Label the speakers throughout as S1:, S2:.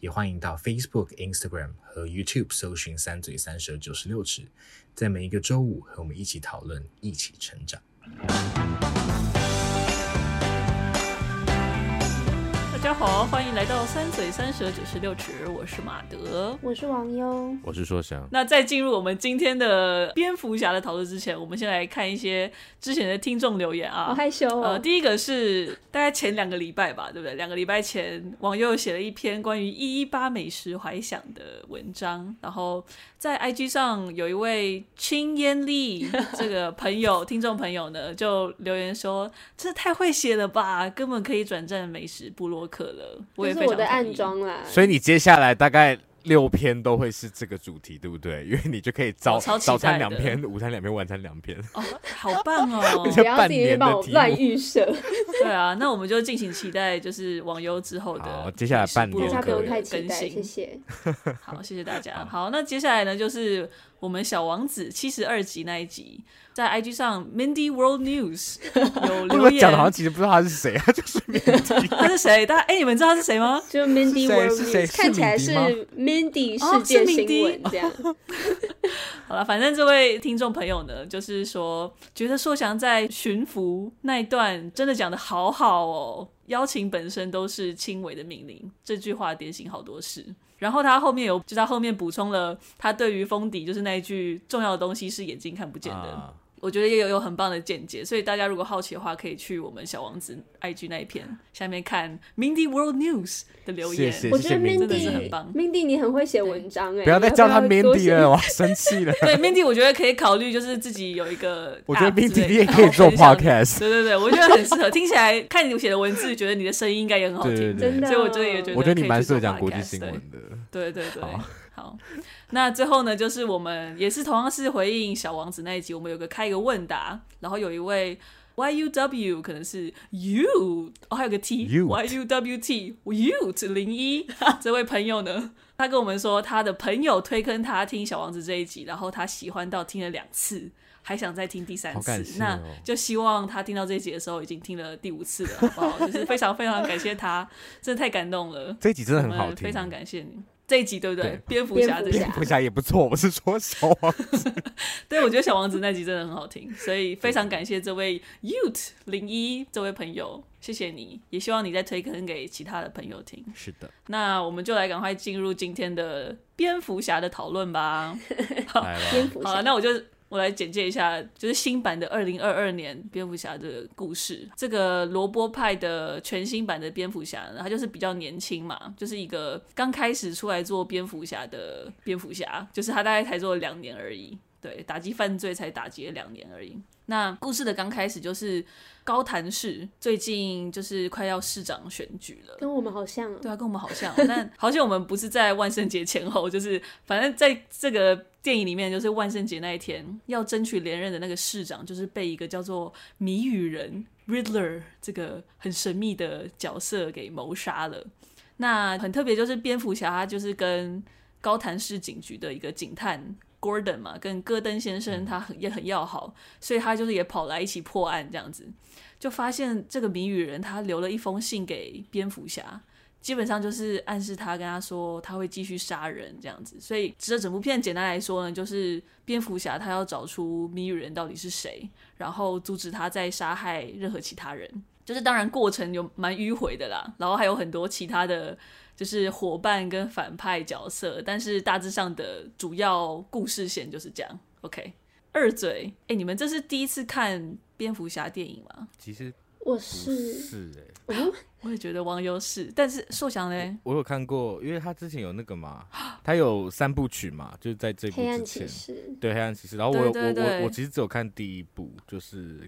S1: 也欢迎到 Facebook、Instagram 和 YouTube 搜寻“三嘴三舌九十六尺”，在每一个周五和我们一起讨论，一起成长。
S2: 大家好，欢迎来到三嘴三舌九十六尺，我是马德。
S3: 我是王优，
S4: 我是说想，
S2: 那在进入我们今天的蝙蝠侠的讨论之前，我们先来看一些之前的听众留言
S3: 好
S2: 啊。
S3: 害羞
S2: 呃，
S3: 哦。
S2: 第一个是大概前两个礼拜吧，对不对？两个礼拜前，网友写了一篇关于一一八美食怀想的文章，然后在 IG 上有一位青烟丽这个朋 友、听众朋友呢，就留言说：“这太会写了吧，根本可以转战美食部落克了。”我也
S3: 这
S2: 非常
S3: 是我的
S2: 同
S3: 暗
S2: 意
S3: 装啦，
S4: 所以你接下来大概六篇都会是这个主题，对不对？因为你就可以早
S2: 我超期待
S4: 早
S2: 的
S4: 餐两篇，午餐两篇，晚餐两篇。
S2: 哦，好棒 哦！
S3: 不
S4: 这
S3: 要
S4: 半
S3: 自己去
S4: 年的
S3: 帮我
S4: 题目
S3: 乱预设，
S2: 对啊，那我们就敬请期待，就是网友之后的
S4: 好接下来半
S2: 美
S4: 年
S2: 食
S3: 大
S2: 部
S3: 家
S2: 落格
S3: 不用
S2: 的
S3: 太期
S2: 更
S3: 待，
S2: 新
S3: 谢 谢。
S2: 好，谢谢大家。好，那接下来呢，就是我们小王子七十二集那一集，在 IG 上 Mindy World News 有
S4: 为什
S2: 留
S4: 么讲的好像
S2: 言，
S4: 其实不知道他是谁啊？ 就是没
S2: 他是谁？大家哎、你们知道他是谁吗？
S3: 就 Mindy
S4: 是谁
S3: World
S4: 是谁
S3: News 看起来
S4: 是
S3: 是
S4: 敏
S3: Mindy
S2: 哦
S3: 世界
S2: 是敏
S3: 新
S2: 迪
S3: 闻这样，
S2: 好了，反正这位听众朋友呢，就是说觉得硕翔在巡抚那一段真的讲的好好哦，邀请本身都是轻微的命令，这句话点醒好多事。然后他后面有，就他后面补充了他对于封底就是那一句重要的东西是眼睛看不见的，
S4: 啊，
S2: 我觉得也有有很棒的见解，所以大家如果好奇的话，可以去我们小王子 IG 那一篇下面看 Mindy World News 的留言。
S4: 谢谢
S3: 我觉得
S4: 敏迪
S2: 真的是很棒
S3: Mindy 你很会写文章哎，
S4: 不要再
S3: 你
S4: 叫他
S3: 不要多
S4: Mandy
S3: 写
S4: 了，我要 生气了。
S2: 对 Mindy，我觉得可以考虑，就是自己有一个 app 之类的，
S4: 我觉得 Mindy 你也可以
S2: 然后
S4: 做
S2: 分享
S4: podcast。
S2: 对对对，我觉得很适合，听起来看你写的文字，觉得你的声音应该也很好
S4: 对 对
S2: 听。
S4: 对，
S3: 真的，
S2: 所以我真的也觉
S4: 我觉得
S2: 可
S4: 你
S2: 以
S4: 蛮
S2: 去
S4: 适合
S2: 做
S4: 讲国际
S2: podcast，
S4: 新闻的。
S2: 对对对，
S4: 好
S2: 好。那最后呢，就是我们也是同样是回应小王子那一集，我们有个开一个问答，然后有一位 Y U W 可能是 U，哦还有个 T
S4: Ute
S2: Y U W T U 零一 这位朋友呢，他跟我们说他的朋友推坑他听小王子这一集，然后他喜欢到听了两次。还想再听第三
S4: 好
S2: 次，
S4: 感谢哦
S2: 那就希望他听到这一集的时候已经听了第五次了，好不好？就是非常非常感谢他，真的太感动了。
S4: 这一集真的
S2: 我
S4: 很好
S2: 们
S4: 听，
S2: 哎
S4: 啊
S2: 非常感谢你这一集，对不对？
S4: 对
S2: 蝙蝠
S3: 蝙
S2: 侠
S3: 蝠
S2: 这一集
S3: 侠
S4: 蝙，蝠侠也不错，我是说小王
S2: 对我觉得小王子那集真的很好听，所以非常感谢这位 Ute 零一这位朋友，谢谢你，也希望你再推坑给其他的朋友听。
S4: 是的，
S2: 那我们就来赶快进入今天的蝙蝠侠的讨论吧。
S4: 来
S3: 蝙
S4: 吧。
S3: 蝠
S2: 好了，
S3: 侠，
S2: 那我就我来简介一下，就是新版的二零二二年蝙蝠侠的故事。这个罗波派的全新版的蝙蝠侠呢，他就是比较年轻嘛，就是一个刚开始出来做蝙蝠侠的蝙蝠侠，就是他大概才做了两年而已。对，打击犯罪才打击了两年而已。那故事的刚开始就是高谭市最近就是快要市长选举了，
S3: 跟我们好像哦，
S2: 对啊，跟我们好像哦、但好像我们不是在万圣节前后，就是反正在这个电影里面，就是万圣节那一天要争取连任的那个市长，就是被一个叫做谜语人 Riddler 这个很神秘的角色给谋杀了。那很特别，就是蝙蝠侠他就是跟高谭市警局的一个警探 Gordon 嘛，跟戈登先生他很也很要好，所以他就是也跑来一起破案这样子，就发现这个谜语人他留了一封信给蝙蝠侠，基本上就是暗示他跟他说他会继续杀人这样子。所以这整部片简单来说呢，就是蝙蝠侠他要找出谜语人到底是谁，然后阻止他再杀害任何其他人。就是当然过程有蛮迂回的啦，然后还有很多其他的就是伙伴跟反派角色，但是大致上的主要故事线就是这样。OK，二嘴，哎、你们这是第一次看蝙蝠侠电影吗？
S4: 其实
S3: 我
S4: 不
S3: 是
S4: 是哎，
S2: 我也觉得网友是，但是受想嘞，
S4: 我有看过，因为他之前有那个 嘛，他有三部曲嘛，就是在这部
S3: 黑暗
S4: 之
S3: 骑
S4: 前，
S3: 士，
S4: 对黑暗骑士。然后我有
S2: 对对
S4: 我
S2: 对
S4: 我我其实只有看第一部， 就是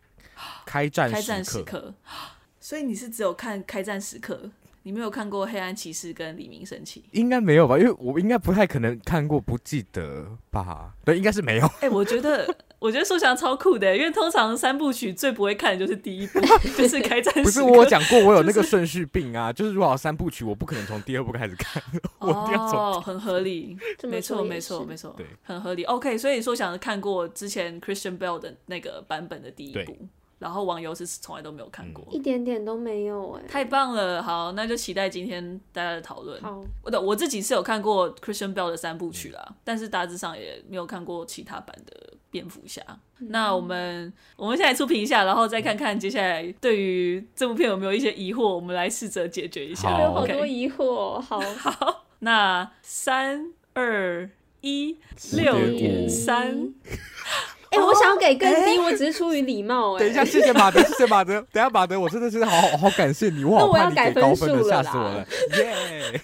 S4: 开战
S2: 开
S4: 时
S2: 战
S4: 刻，
S2: 时刻。 所以你是只有看开战时刻，你没有看过《黑暗骑士》跟《黎明升起。
S4: 应该没 有吧？因为我应该不太可能看过，不记得吧？对，应该是没有。》
S2: 哎，我觉得我觉得树翔超酷的，欸因为通常三部曲最不会看的就是第一部， 就是开战时刻。
S4: 不是我有讲过，我有那个顺序病 啊，就是如果有三部曲，我不可能从第二部开始看，我一定要从。
S2: 哦，很合理，
S3: 这么
S2: 没
S3: 说
S2: 错，
S3: 也
S2: 没错，
S3: 是
S2: 没错
S4: 对，
S2: 很合理。OK，所以说想看过之前 Christian Bell 的那个版本的第一
S4: 对
S2: 部，然后网游是从来都没有看过，
S3: 一点点都没有哎、
S2: 太棒了！好，那就期待今天大家的讨论。
S3: 好，
S2: 我的我自己是有看过 Christian Bell 的三部曲
S3: 嗯
S2: 啦，但是大致上也没有看过其他版的蝙蝠侠。
S3: 嗯
S2: 那我们我们现在初评一下，然后再看看接下来对于这部片有没有一些疑惑，我们来试着解决一下。
S1: 好
S3: 有好
S2: OK
S3: 多疑惑哦、好，
S2: 那三二一，六
S4: 点五
S2: 点三，
S3: 哎、我想要给更低，我只是出于礼貌哎、
S4: 哦等一下，谢谢马德，谢谢马德。等一下，马德，我真的是好好好感谢你，我
S3: 那
S4: 好
S3: 我要
S4: 怕你
S3: 改
S4: 给高分
S3: 分
S4: 的，
S3: 数了
S4: 吓死我
S3: 啦
S4: 了，耶！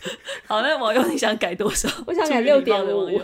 S2: 好，那网友你想改多少？
S3: 我想改6.5，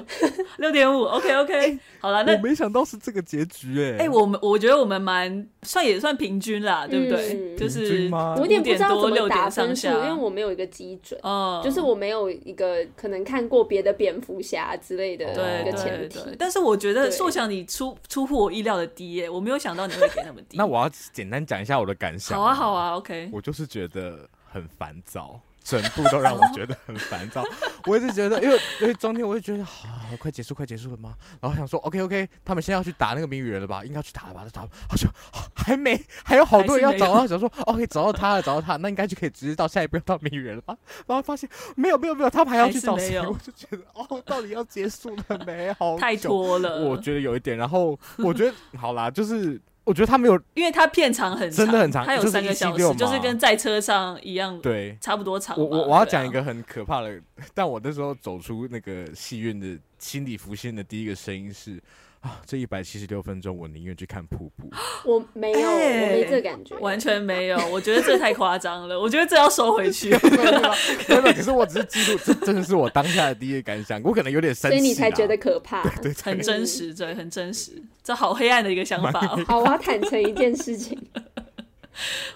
S2: 六点五，OK OK，好了，那
S4: 我没想到是这个结局，哎，
S2: 哎、我们我觉得我们蛮算也算平均啦，对不对？
S3: 嗯
S2: 就
S4: 平
S2: 是
S4: 均吗
S3: 我有点不知道
S2: 多
S3: 怎
S2: 六
S3: 么打
S2: 点上
S3: 分数，
S2: 下，
S3: 因为我没有一个基准。
S2: 哦，
S3: 就是我没有一个可能看过别的蝙蝠侠之类的
S2: 对
S3: 一个
S2: 对
S3: 前提，
S2: 对，但是我觉得
S3: 对
S2: 硕翔你出出乎我意料的低耶、我没有想到你会给那么低。
S4: 那我要简单讲一下我的感想。
S2: 好啊好啊，OK，
S4: 我就是觉得很烦躁，整部都让我觉得很烦躁。我一直觉得，因为因为中间我就觉得，好、啊，快结束，快结束了吗？然后想说，OK OK，他们现在要去打那个谜语人了吧？应该要去打了吧？打吧，好像、啊还没，还有好多人要
S2: 还是没有
S4: 找到，想说，OK，找到他了，找到他，那应该就可以直接到下一步要到谜语人了吧？然后发现没有没有没有，他们还要去找
S2: 还是没
S4: 谁？
S2: 有
S4: 我就觉得，哦，到底要结束了没？好
S2: 太
S4: 久。
S2: 拖了，
S4: 我觉得有一点，然后我觉得好啦，就是我觉得他没有
S2: 因为它片长很长，
S4: 真的很长
S2: 它有
S4: 就是
S2: 三个小时，
S4: 176嘛
S2: 就是跟在车上一样，
S4: 对
S2: 差不多长吧。
S4: 我我我要
S2: 对啊
S4: 讲一，个很可怕的， 但我那时候走出那个戏院的心里浮现的第一个声音是啊，这一百七十六分钟，我宁愿去看瀑 布。
S3: 我没有，
S2: 哎
S3: 我没这个感觉。
S2: 完全没有， 我觉得这太夸张了，我觉得这要收回去。
S4: 真的，可是我只是记录，这真的是我当下的第一个感想，我可能有点生
S3: 所
S4: 气啦，
S3: 以你才觉得可怕。
S2: 很真实，对，很真实，这好黑暗的一个想法哦。
S3: 好，我要坦诚一件事情，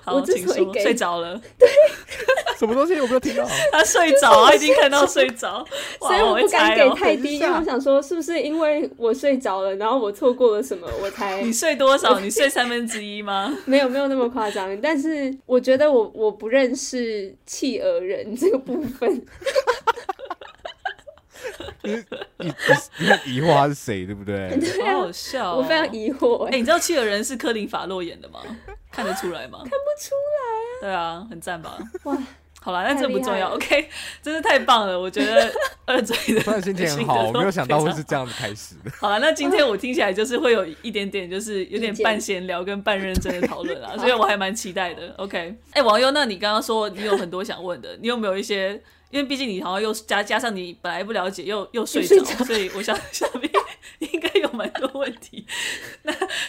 S2: 好，
S3: 我之
S2: 请
S3: 所以
S2: 说，
S3: 给
S2: 睡着了，
S4: 什么东西有没有听到？
S2: 他睡着，他已经看到睡 着， 哇
S3: 所以
S2: 我
S3: 我
S2: 会
S3: 不敢
S2: 猜
S3: 给
S2: 哦。
S3: 太低，因为我想说，是不是因为我睡着了，然后我错过了什么，我才
S2: 你睡多少？你睡三分之一吗？
S3: 没有没有那么夸张。但是我觉得我我不认识企鹅人这个部分，
S4: 你你你很疑惑他是谁，对不 对？
S3: 对
S2: 好
S3: 啊
S2: 好，笑哦，
S3: 我非常疑惑
S2: 哎、
S3: 哎，
S2: 你知道企鹅人是科林法洛演 的吗？看得出来吗？看不
S3: 出
S2: 来啊。对啊，很赞吧？
S3: 哇，
S2: 好啦，但这不重要。
S3: 太厉
S2: OK，真 是太棒了，我觉得二嘴的
S4: 突然心情很好，我没有想到会是。这样子开始 的。
S2: 好了，那今天我听起来就是会有一点点，就是有点
S3: 意见
S2: 半闲聊跟半认真的讨论 啦，所以我还蛮期待的。OK，哎、网友，那你刚刚说你有很多想问的，你有没有一些？因为毕竟你好像又加加上你本来不了解，又又睡着
S3: 又睡，着
S2: 所以我想 下面应该有蛮多问题。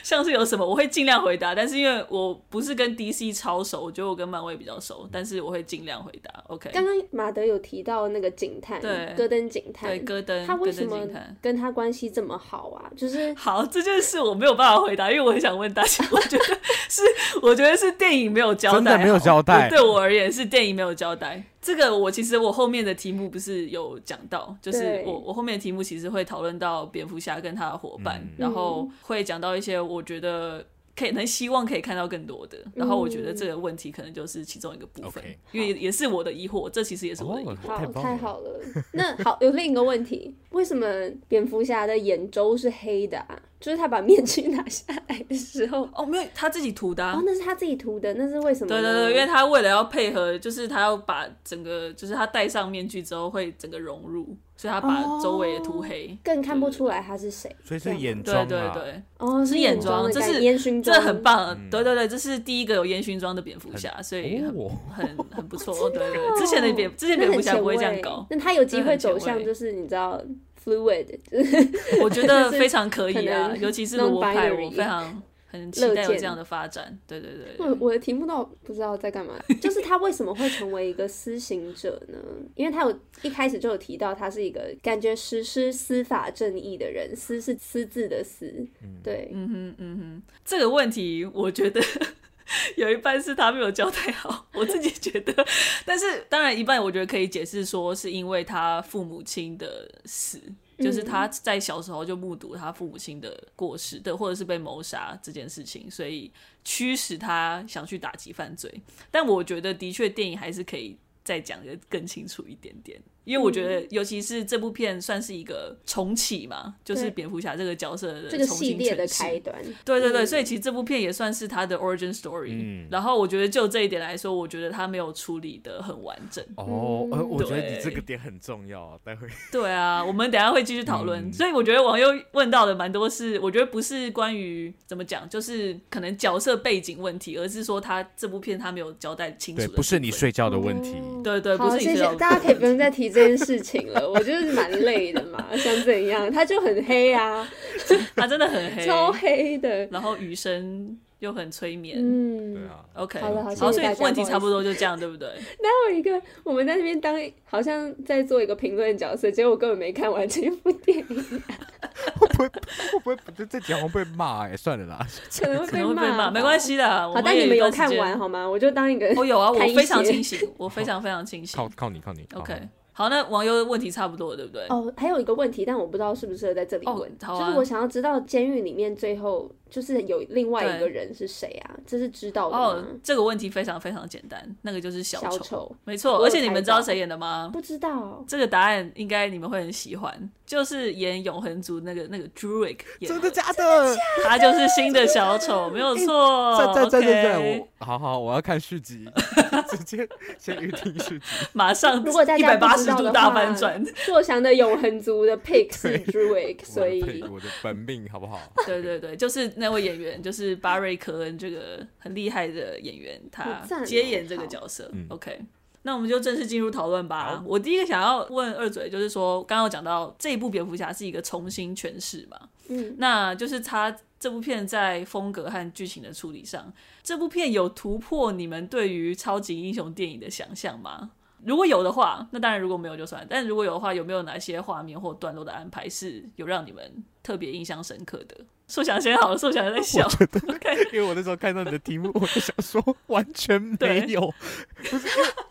S2: 像是有什么，我会尽量回答，但是因为我不是跟 DC 超熟，我觉得我跟漫威比较熟，但是我会尽量回答。OK，
S3: 刚刚马德有提到那个警探，
S2: 对
S3: 戈登警探，
S2: 对戈登，
S3: 他为
S2: 戈
S3: 什
S2: 登
S3: 么
S2: 警探。
S3: 跟他关系这么好啊？就是
S2: 好，这件事我没有办法回答，因为我很想问大家，我觉得是，我觉得是电影没有交代好，
S4: 真的没有交代
S2: 对我而言是电影没有交代。这个我其实我后面的题目不是有讲到，就是
S3: 对
S2: 我我后面的题目其实会讨论到蝙蝠侠跟他的伙伴，
S4: 嗯
S2: 然后会讲到一些我觉得。可能希望可以看到更多的，然后我
S3: 嗯
S2: 觉得这个问题可能就是其中一个部分
S4: OK，哦
S2: 因为也是我的疑惑，这其实也是我的疑惑。
S3: 好
S4: 太棒
S3: 太
S4: 了
S3: 好了。那好，有另一个问题，为什么蝙蝠侠的眼周是黑的啊？就是他把面具拿下来的时候，
S2: 哦，没有，他自己涂的、啊
S3: 哦，那是他自己涂的，那是为什么
S2: 对
S3: 呢？
S2: 对对，因为他为了要配合，就是他要把整个，就是他戴上面具之后会整个融入，所以他把周围也
S3: 哦
S2: 涂黑。
S3: 更看不出来他是谁。
S4: 所以是眼
S2: 对
S4: 妆
S2: 对
S4: 啊，
S2: 对，
S3: 哦，
S2: 是眼
S3: 眼
S2: 妆，
S3: 的
S2: 这
S3: 概
S2: 是
S3: 念烟熏
S2: 这
S3: 妆，
S2: 很。棒。对对对，这是第一个有烟熏妆的蝙蝠侠，所以很
S4: 哦
S2: 很很不错。对对对，之前的
S3: 哦
S2: 蝙之前蝙蝠侠不会这样搞，
S3: 那他有机会
S2: 真
S3: 走
S2: 的很前卫
S3: 向就是你知道 fluid，就是
S2: 我觉得非常可以
S3: 可
S2: 啊，
S3: 能
S2: 尤其是罗伯派，
S3: non-binary
S2: 我非常很期待有这样的发展。对对对对
S3: 我我的题目都不知道在干嘛， 就是他为什么会成为一个私刑者呢？因为他有一开始就有提到，他是一个感觉实施司法正义的人，私是私字的私，对，
S2: 嗯哼，嗯哼，这个问题我觉得 有一半是他没有交代好， 我自己觉得，但是当然一半我觉得可以解释说是因为他父母亲的死，
S3: 嗯
S2: 就是他在小时候就目睹他父母亲的过世的，或者是被谋杀这件事情，所以驱使他想去打击犯罪。但我觉得，的确电影还是可以再讲的更清楚一点点，因为我觉得，
S3: 嗯
S2: 尤其是这部片算是一个重启嘛，就是
S3: 对
S2: 蝙蝠侠这个角色的
S3: 这个
S2: 重
S3: 系
S2: 新
S3: 列
S2: 诠
S3: 的
S2: 释。
S3: 开端，
S2: 对对对，
S3: 嗯
S2: 所以其实这部片也算是他的 origin story、
S4: 嗯
S2: 然后我觉得就这一点来说，我觉得他没有处理的很完 整。
S3: 嗯
S4: 哦，呃，我觉得你这
S2: 对
S4: 个点很重要啊，待会
S2: 对啊，我们等一下会继续讨论。
S4: 嗯
S2: 所以我觉得网友问到的蛮多是，我觉得不是关于怎么讲，就是可能角色背景问题，而是说他这部片他没有交代清楚 的
S4: 对，
S2: 部分。
S4: 不是你睡觉的问题。
S3: 哦
S2: 对对不
S3: 好，
S2: 是你
S3: 谢
S2: 睡
S3: 谢
S2: 觉的
S3: 大家可以不用再提这件事情了。我就是蛮累的嘛， 想怎样？他就很黑啊，
S2: 他真的很 黑，
S3: 超黑的。
S2: 然后雨声又很催眠。
S4: 对
S3: 嗯，
S4: 啊，
S2: OK，
S3: 好的好谢谢
S2: 所以
S3: 大家
S2: 问题
S3: 不好意思
S2: 差不多就这样，对不对？
S3: 还有一个，我们在那边当好像在做一个评论角色，结果根本没看完这部电影，
S4: 会不会 会不会这这讲会被骂哎？算了啦，
S3: 可能会
S2: 可
S3: 被
S2: 能会被骂，
S3: 骂，
S2: 没关。系的。我
S3: 好，但
S2: 也
S3: 你们有
S2: 一段时
S3: 看
S2: 间
S3: 完？好吗？我就当一个
S2: 我有啊，我
S3: 看一
S2: 非常
S3: 些
S2: 清醒，我非常非常清醒
S4: 靠。靠你靠你。好
S2: OK，好，那网友的问题差不多了，对不对？
S3: 哦，还有一个问题，但我不知道适不适合在这里
S2: 哦
S3: 问，
S2: 好啊
S3: 就是我想要知道监狱里面最后就是有另外一个
S2: 对
S3: 人是谁啊？这是知道的
S2: 哦
S3: 吗？，
S2: 这个问题非常非常简单，那个就是小
S3: 小
S2: 丑。
S3: 丑
S2: 没错，
S3: 我有
S2: 而且你们知道
S3: 猜到
S2: 谁演的吗？
S3: 不知道，
S2: 这个答案应该你们会很喜欢，就是演永恒族那个那个 Druick 演
S4: 真的假的？
S2: 他就是新的小丑，没有错。
S4: 在在在在
S2: OK
S4: 在，我好好，我要看续 集，直接先预定续集。
S2: 马上
S3: 如果大
S2: 一
S3: 家
S2: 百八
S3: 不
S2: 十
S3: 知道
S2: 度
S3: 的
S2: 大
S3: 话，
S2: 翻转。
S3: 坐翔的永恒族 的 pick 是 Druick，
S4: 我
S3: 所
S4: 的配
S3: 以
S4: 我的本命好不好？
S2: 对对对，就是那位演员，就是巴瑞·科恩这个很厉害的演员，他
S3: 好赞哦
S2: 接演这个角色
S4: 嗯。
S2: OK，那我们就正式进入讨论吧
S4: 好。
S2: 我第一个想要问二嘴，就是说刚刚有讲到这一部蝙蝠侠是一个重新诠释嘛，
S3: 嗯，
S2: 那就是他这部片在风格和剧情的处理上，这部片有突破你们对于超级英雄电影的想象吗？如果有的话，那当然；如果没有就算了。但如果有的话，有没有哪些画面或段落的安排是有让你们特别印象深刻的？受想先好了，受想在笑。OK，
S4: 因为我那时候看到你的题目，我就想说完全没
S2: 对
S4: 有。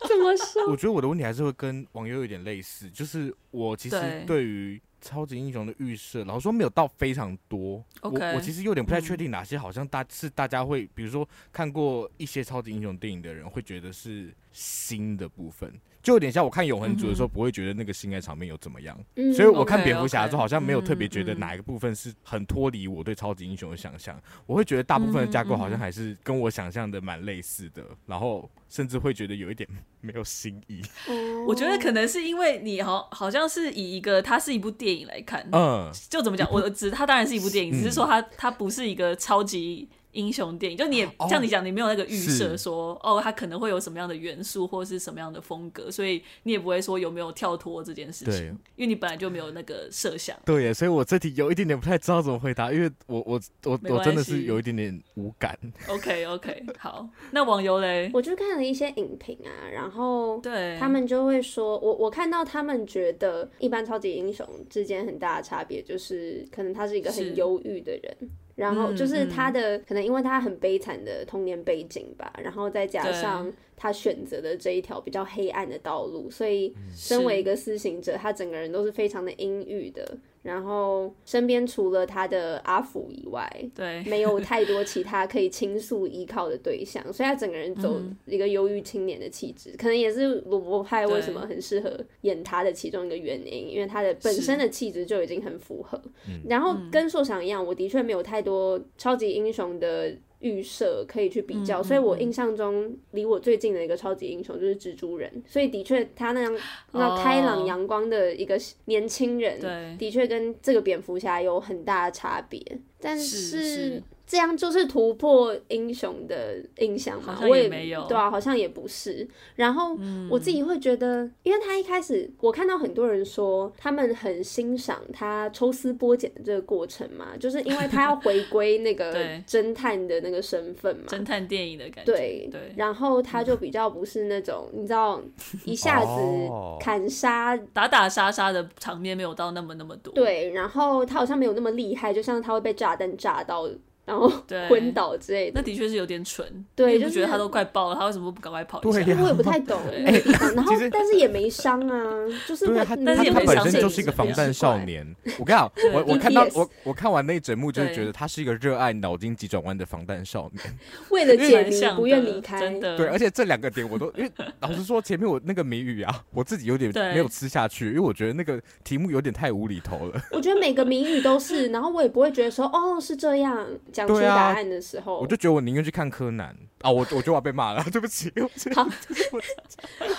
S3: 这么说？
S2: 啊
S4: 我觉得我的问题还是会跟网友有点类似，就是我其实
S2: 对
S4: 对于超级英雄的预设，老实说没有到非常多。我
S2: OK 嗯
S4: 我其实有点不太确定哪些好像大、是大家会，比如说看过一些超级英雄电影的人会觉得是新的部分，就有点像我看永恒族的
S2: 嗯
S4: 时候，不会觉得那个性爱场面有怎么样。
S3: 嗯
S4: 所以我看
S2: OK，
S4: 蝙蝠侠的时候，
S2: OK
S4: 好像没有特别觉得
S2: 嗯嗯
S4: 哪一个部分是很脱离我对超级英雄的想象。我会觉得大部分的架构好
S2: 嗯
S4: 像还是跟我想象的蛮类似的，然后甚至会觉得有一点 没有新意。
S3: 哦
S2: 我觉得可能是因为你好，好像是以一个它是一部电影来看，
S4: 嗯，
S2: 就怎么讲，我只它当然是一部电影，
S4: 嗯
S2: 只是说它它不是一个超级英雄电影，就你也
S4: 哦
S2: 像你讲，你没有那个预设
S4: 是
S2: 说哦，它可能会有什么样的元素或是什么样的风格，所以你也不会说有没有跳脱这件事
S4: 对
S2: 情，因为你本来就没有那个设想。
S4: 对耶，所以我这题有一点点不太知道怎么回答，因为我我我
S2: 没关系
S4: 我真的是有一点点无感。
S2: OK OK，好， 那网游嘞，
S3: 我就看了一些影评啊，然后
S2: 对
S3: 他们就会说，我我看到他们觉得一般超级英雄之间很大的差别就是，可能他是一个
S2: 是
S3: 很忧郁的人。然后就是
S2: 嗯嗯
S3: 他的、可能因为他很悲惨的童年背景吧，然后再加
S2: 对
S3: 上他选择的这一条比较黑暗的道路，所以身
S2: 是
S3: 为一个私刑者，他整个人都是非常的阴郁的。然后身边除了他的阿福以外，
S2: 对
S3: 没有太多其他可以倾诉依靠的对象，所以他整个人走
S2: 嗯
S3: 一个忧郁青年的气质，可能也是罗伯派为什么很适合演他的其中一个原因，因为他的本身的气质就已经很符合。然后
S2: 嗯
S3: 跟受想一样，我的确没有太多超级英雄的。预设可以去比
S2: 嗯
S3: 较，所以我印象中离我最近的一个超级英雄就是蜘蛛人，所以的确他那样那开朗
S2: 哦
S3: 阳光的一个年轻人，
S2: 对
S3: 的确跟这个蝙蝠侠有很大的差别，但
S2: 是
S3: 是
S2: 是
S3: 这样就是突破英雄的印象嘛
S2: 好？像
S3: 我
S2: 也
S3: 也
S2: 没有嗯
S3: 对啊，好像也不是。然后我自己会觉得，因为他一开始我看到很多人说他们很欣赏他抽丝剥茧的这个过程嘛，就是因为他要回归那个
S2: 对
S3: 侦探的那个身份嘛，
S2: 侦探电影的感觉，
S3: 对
S2: 对
S3: 然后他就比较不是那种你知道一下子
S4: 哦
S3: 砍杀
S2: 打打杀杀的场面没有到那么那么多，
S3: 对，然后他好像没有那么厉害，就像他会被炸弹炸到然后
S2: 对
S3: 昏倒之类的
S2: 那。的确是有点蠢，
S3: 对
S2: 你不
S3: 就是
S2: 觉得他都快爆了，他为什么不赶快跑一
S4: 对
S2: 下？
S4: 呀
S3: 我也不太懂
S2: 哎
S3: 那 个地方，然后
S4: 其实
S3: 但是也没伤啊，就是
S4: 对啊，
S3: 他
S4: 他
S3: 你
S2: 但
S4: 他
S2: 是也
S4: 他
S2: 没
S4: 本
S2: 想
S4: 身
S2: 起
S4: 就是一个
S2: 这
S4: 防
S2: 个
S4: 弹
S3: 奇
S4: 少
S3: 怪
S4: 年。我 跟你讲，我
S2: 对
S4: 我看到
S3: BTS
S4: 我我看完那一整幕，就是觉
S2: 对
S4: 得他是一个热爱脑筋急转弯的防弹少年。
S3: 为了解
S2: 蛮
S3: 谜
S2: 像的
S3: 不愿离开，
S2: 真的，
S4: 对，而且这两个点我都，因为老实说，前面我那个谜语啊，我自己有点
S2: 对
S4: 没有吃下去，因为我觉得那个题目有点太无厘头了。
S3: 我觉得每个谜语都是，然后我也不会觉得说哦是这样，讲出
S4: 对啊
S3: 答案的时
S2: 哦
S3: 候，
S4: 我就觉得我宁愿去看柯南啊，我我就要被骂了， 对不起。我真的
S3: 好
S4: 我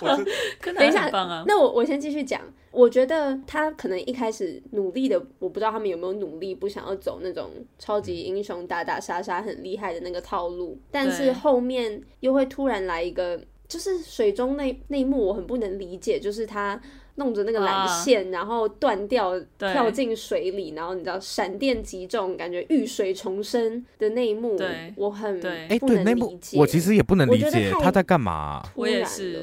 S4: 我真的
S2: 柯
S3: 等
S2: 南
S3: 一下
S2: 很棒啊，
S3: 那我我先继续讲，我觉得他可能一开始努力的，我不知道他们有没有努力，不想要走那种超级英雄打打杀杀很厉害的那个套路，但
S2: 对
S3: 是后面又会突然来一个，就是水中那那一幕我很不能理解，就是他。弄着那个
S2: 啊
S3: 缆线，然后断掉，
S2: 对
S3: 跳进水里，然后你知道闪电击中，感觉遇水重生的那一幕
S2: 对，
S3: 我很
S2: 对
S4: 哎，
S3: 不
S4: 对
S3: 能
S4: 那
S3: 理
S4: 幕
S3: 解。嗯
S4: 我其实也不能
S3: 我
S4: 理
S3: 觉得
S4: 解
S3: 太
S4: 他在干嘛啊。
S3: 突
S2: 我也
S3: 然
S2: 是
S3: 了，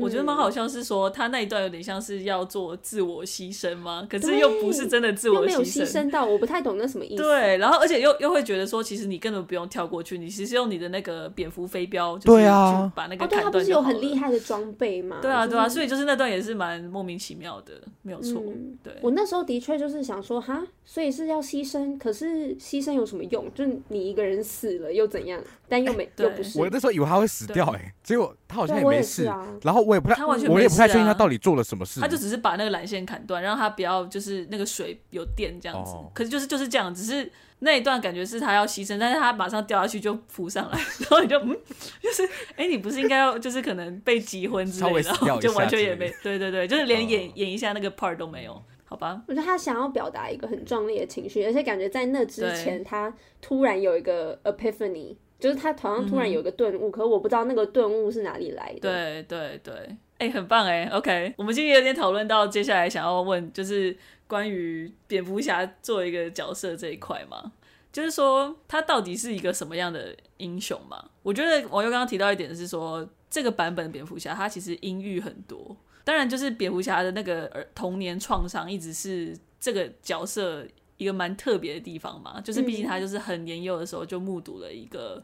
S2: 我觉得
S3: 嗯
S2: 蛮好像是说他那一段有点像是要做自我牺牲吗？可是又不是真的自
S3: 又
S2: 我
S3: 没有
S2: 牺
S3: 牺
S2: 牲。
S3: 牲到，我不太懂那什么意思。
S2: 对，然后而且又又会觉得说，其实你根本不用跳过去，你其实用你的那个蝙蝠飞镖，就是
S4: 对啊
S2: 去把那个
S3: 哦，对，
S2: 砍
S3: 他不
S2: 断
S3: 是
S2: 就
S3: 有
S2: 好
S3: 很
S2: 了
S3: 厉害的装备吗？
S2: 对啊，对啊，所
S3: 以
S2: 以就是那段也是蛮莫名其妙的，没有错。
S3: 嗯
S2: 对，
S3: 我那时候的确就是想说，哈，所以是要牺牲，可是牺牲有什么用？就你一个人死了又怎样？但
S2: 哎
S3: 又没、又不是，
S4: 我那时候以为他会死
S2: 对
S4: 掉，哎，结果他好像
S3: 对
S4: 也
S3: 我也
S4: 没
S3: 是
S4: 事
S3: 啊。
S4: 然后我也不太，
S2: 他完全
S4: 我
S2: 没
S4: 也不太
S2: 事
S4: 确定
S2: 啊
S4: 他到底做了什么事。
S2: 他就只是把那个缆线砍断，让他不要就是那个水有电这样子。
S4: 哦
S2: 可是就是就是这样，只是那一段感觉是他要牺牲，但是他马上掉下去就浮上来，然后你就嗯，就是哎、你不是应该要就是可能被击昏之
S4: 稍
S2: 类
S4: 微
S2: 的，
S4: 死
S2: 然
S4: 掉
S2: 后
S4: 一
S2: 就完
S4: 下
S2: 全
S4: 之类
S2: 也
S4: 的
S2: 没对对对，就是连演、
S4: 哦
S2: 演一下那个 part 都没有，好吧？
S3: 我觉得他想要表达一个很壮烈的情绪，而且感觉在那之前，他突然有一个 epiphany，就是他好像突然有一个顿悟，可是我不知道那个顿悟是哪里来的。，
S2: 嗯对对对，哎、很棒哎、o k 我们今天有点讨论到接下来想要问，就是关于蝙蝠侠作为一个角色这一块嘛，就是说他到底是一个什么样的英雄嘛？我觉得网友刚刚提到一点是说，这个版本的蝙蝠侠他其实阴郁很多，当然就是蝙蝠侠的那个儿童年创伤一直是这个角色。一个蛮特别的地方嘛，就是毕竟他就是很年幼的时候就目睹了一个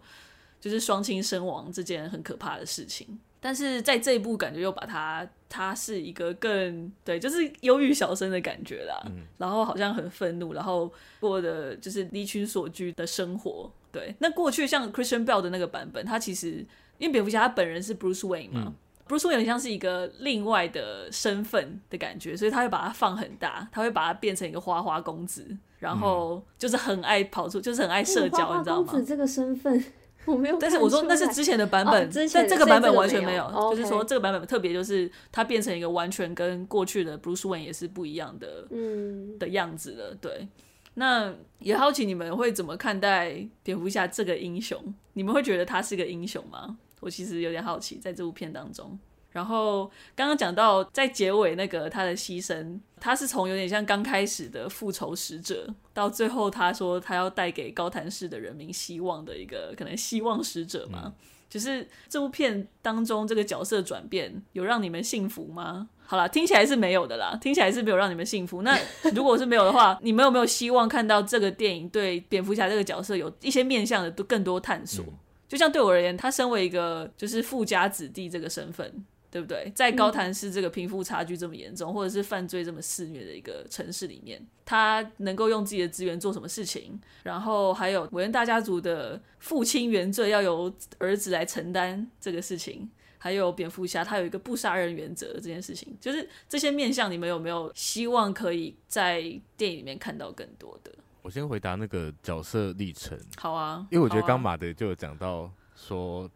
S2: 就是双亲身亡这件很可怕的事情。但是在这一部感觉又把它，它是一个更对，就是忧郁小生的感觉啦。然后好像很愤怒，然后过的就是离群所居的生活。对，那过去像 Christian Bell 的那个版本，他其实因为蝙蝠侠他本人是 Bruce Wayne 嘛、b r u c e Wayne 很像是一个另外的身份的感觉，所以他会把它放很大，他会把它变成一个花花公子，然后就是很爱跑出，就是很爱社交，你知道吗？
S3: 公子这个身份， 我没有看出来。
S2: 但是我说那是之前的版本，
S3: 哦之前
S2: 但
S3: 的
S2: 这个版本完全
S3: 所以这个
S2: 没
S3: 没
S2: 有，
S3: 有哦
S2: 就是说
S3: OK
S2: 这个版本特别就是它变成一个完全跟过去的 Bruce Wayne 也是不一样的
S3: 嗯，
S2: 的样子了。对，那也好奇你们会怎么看待蝙蝠侠这个英雄？你们会觉得他是个英雄吗？我其实有点好奇，在这部片当中。然后刚刚讲到在结尾那个他的牺牲，他是从有点像刚开始的复仇使者，到最后他说他要带给高谭市的人民希望的一个可能希望使者嘛。就是这部片当中这个角色转变有让你们幸福吗？好啦，听起来是没有的啦，听起来是没有让你们幸福。那如果是没有的话，你们有没有希望看到这个电影对蝙蝠侠这个角色有一些面向的更多探索？就像对我而言，他身为一个就是富家子弟这个身份，对不对？在高谭市这个贫富差距这么严重，或者是犯罪这么肆虐的一个城市里面，他能够用自己的资源做什么事情？然后还有韦恩大家族的父亲原罪要由儿子来承担这个事情，还有蝙蝠侠他有一个不杀人原则这件事情，就是这些面向，你们有没有希望可以在电影里面看到更多的？
S4: 我先回答那个角色历程，
S2: 好啊，
S4: 因为我觉得
S2: 好啊
S4: 刚马德就有讲到 说，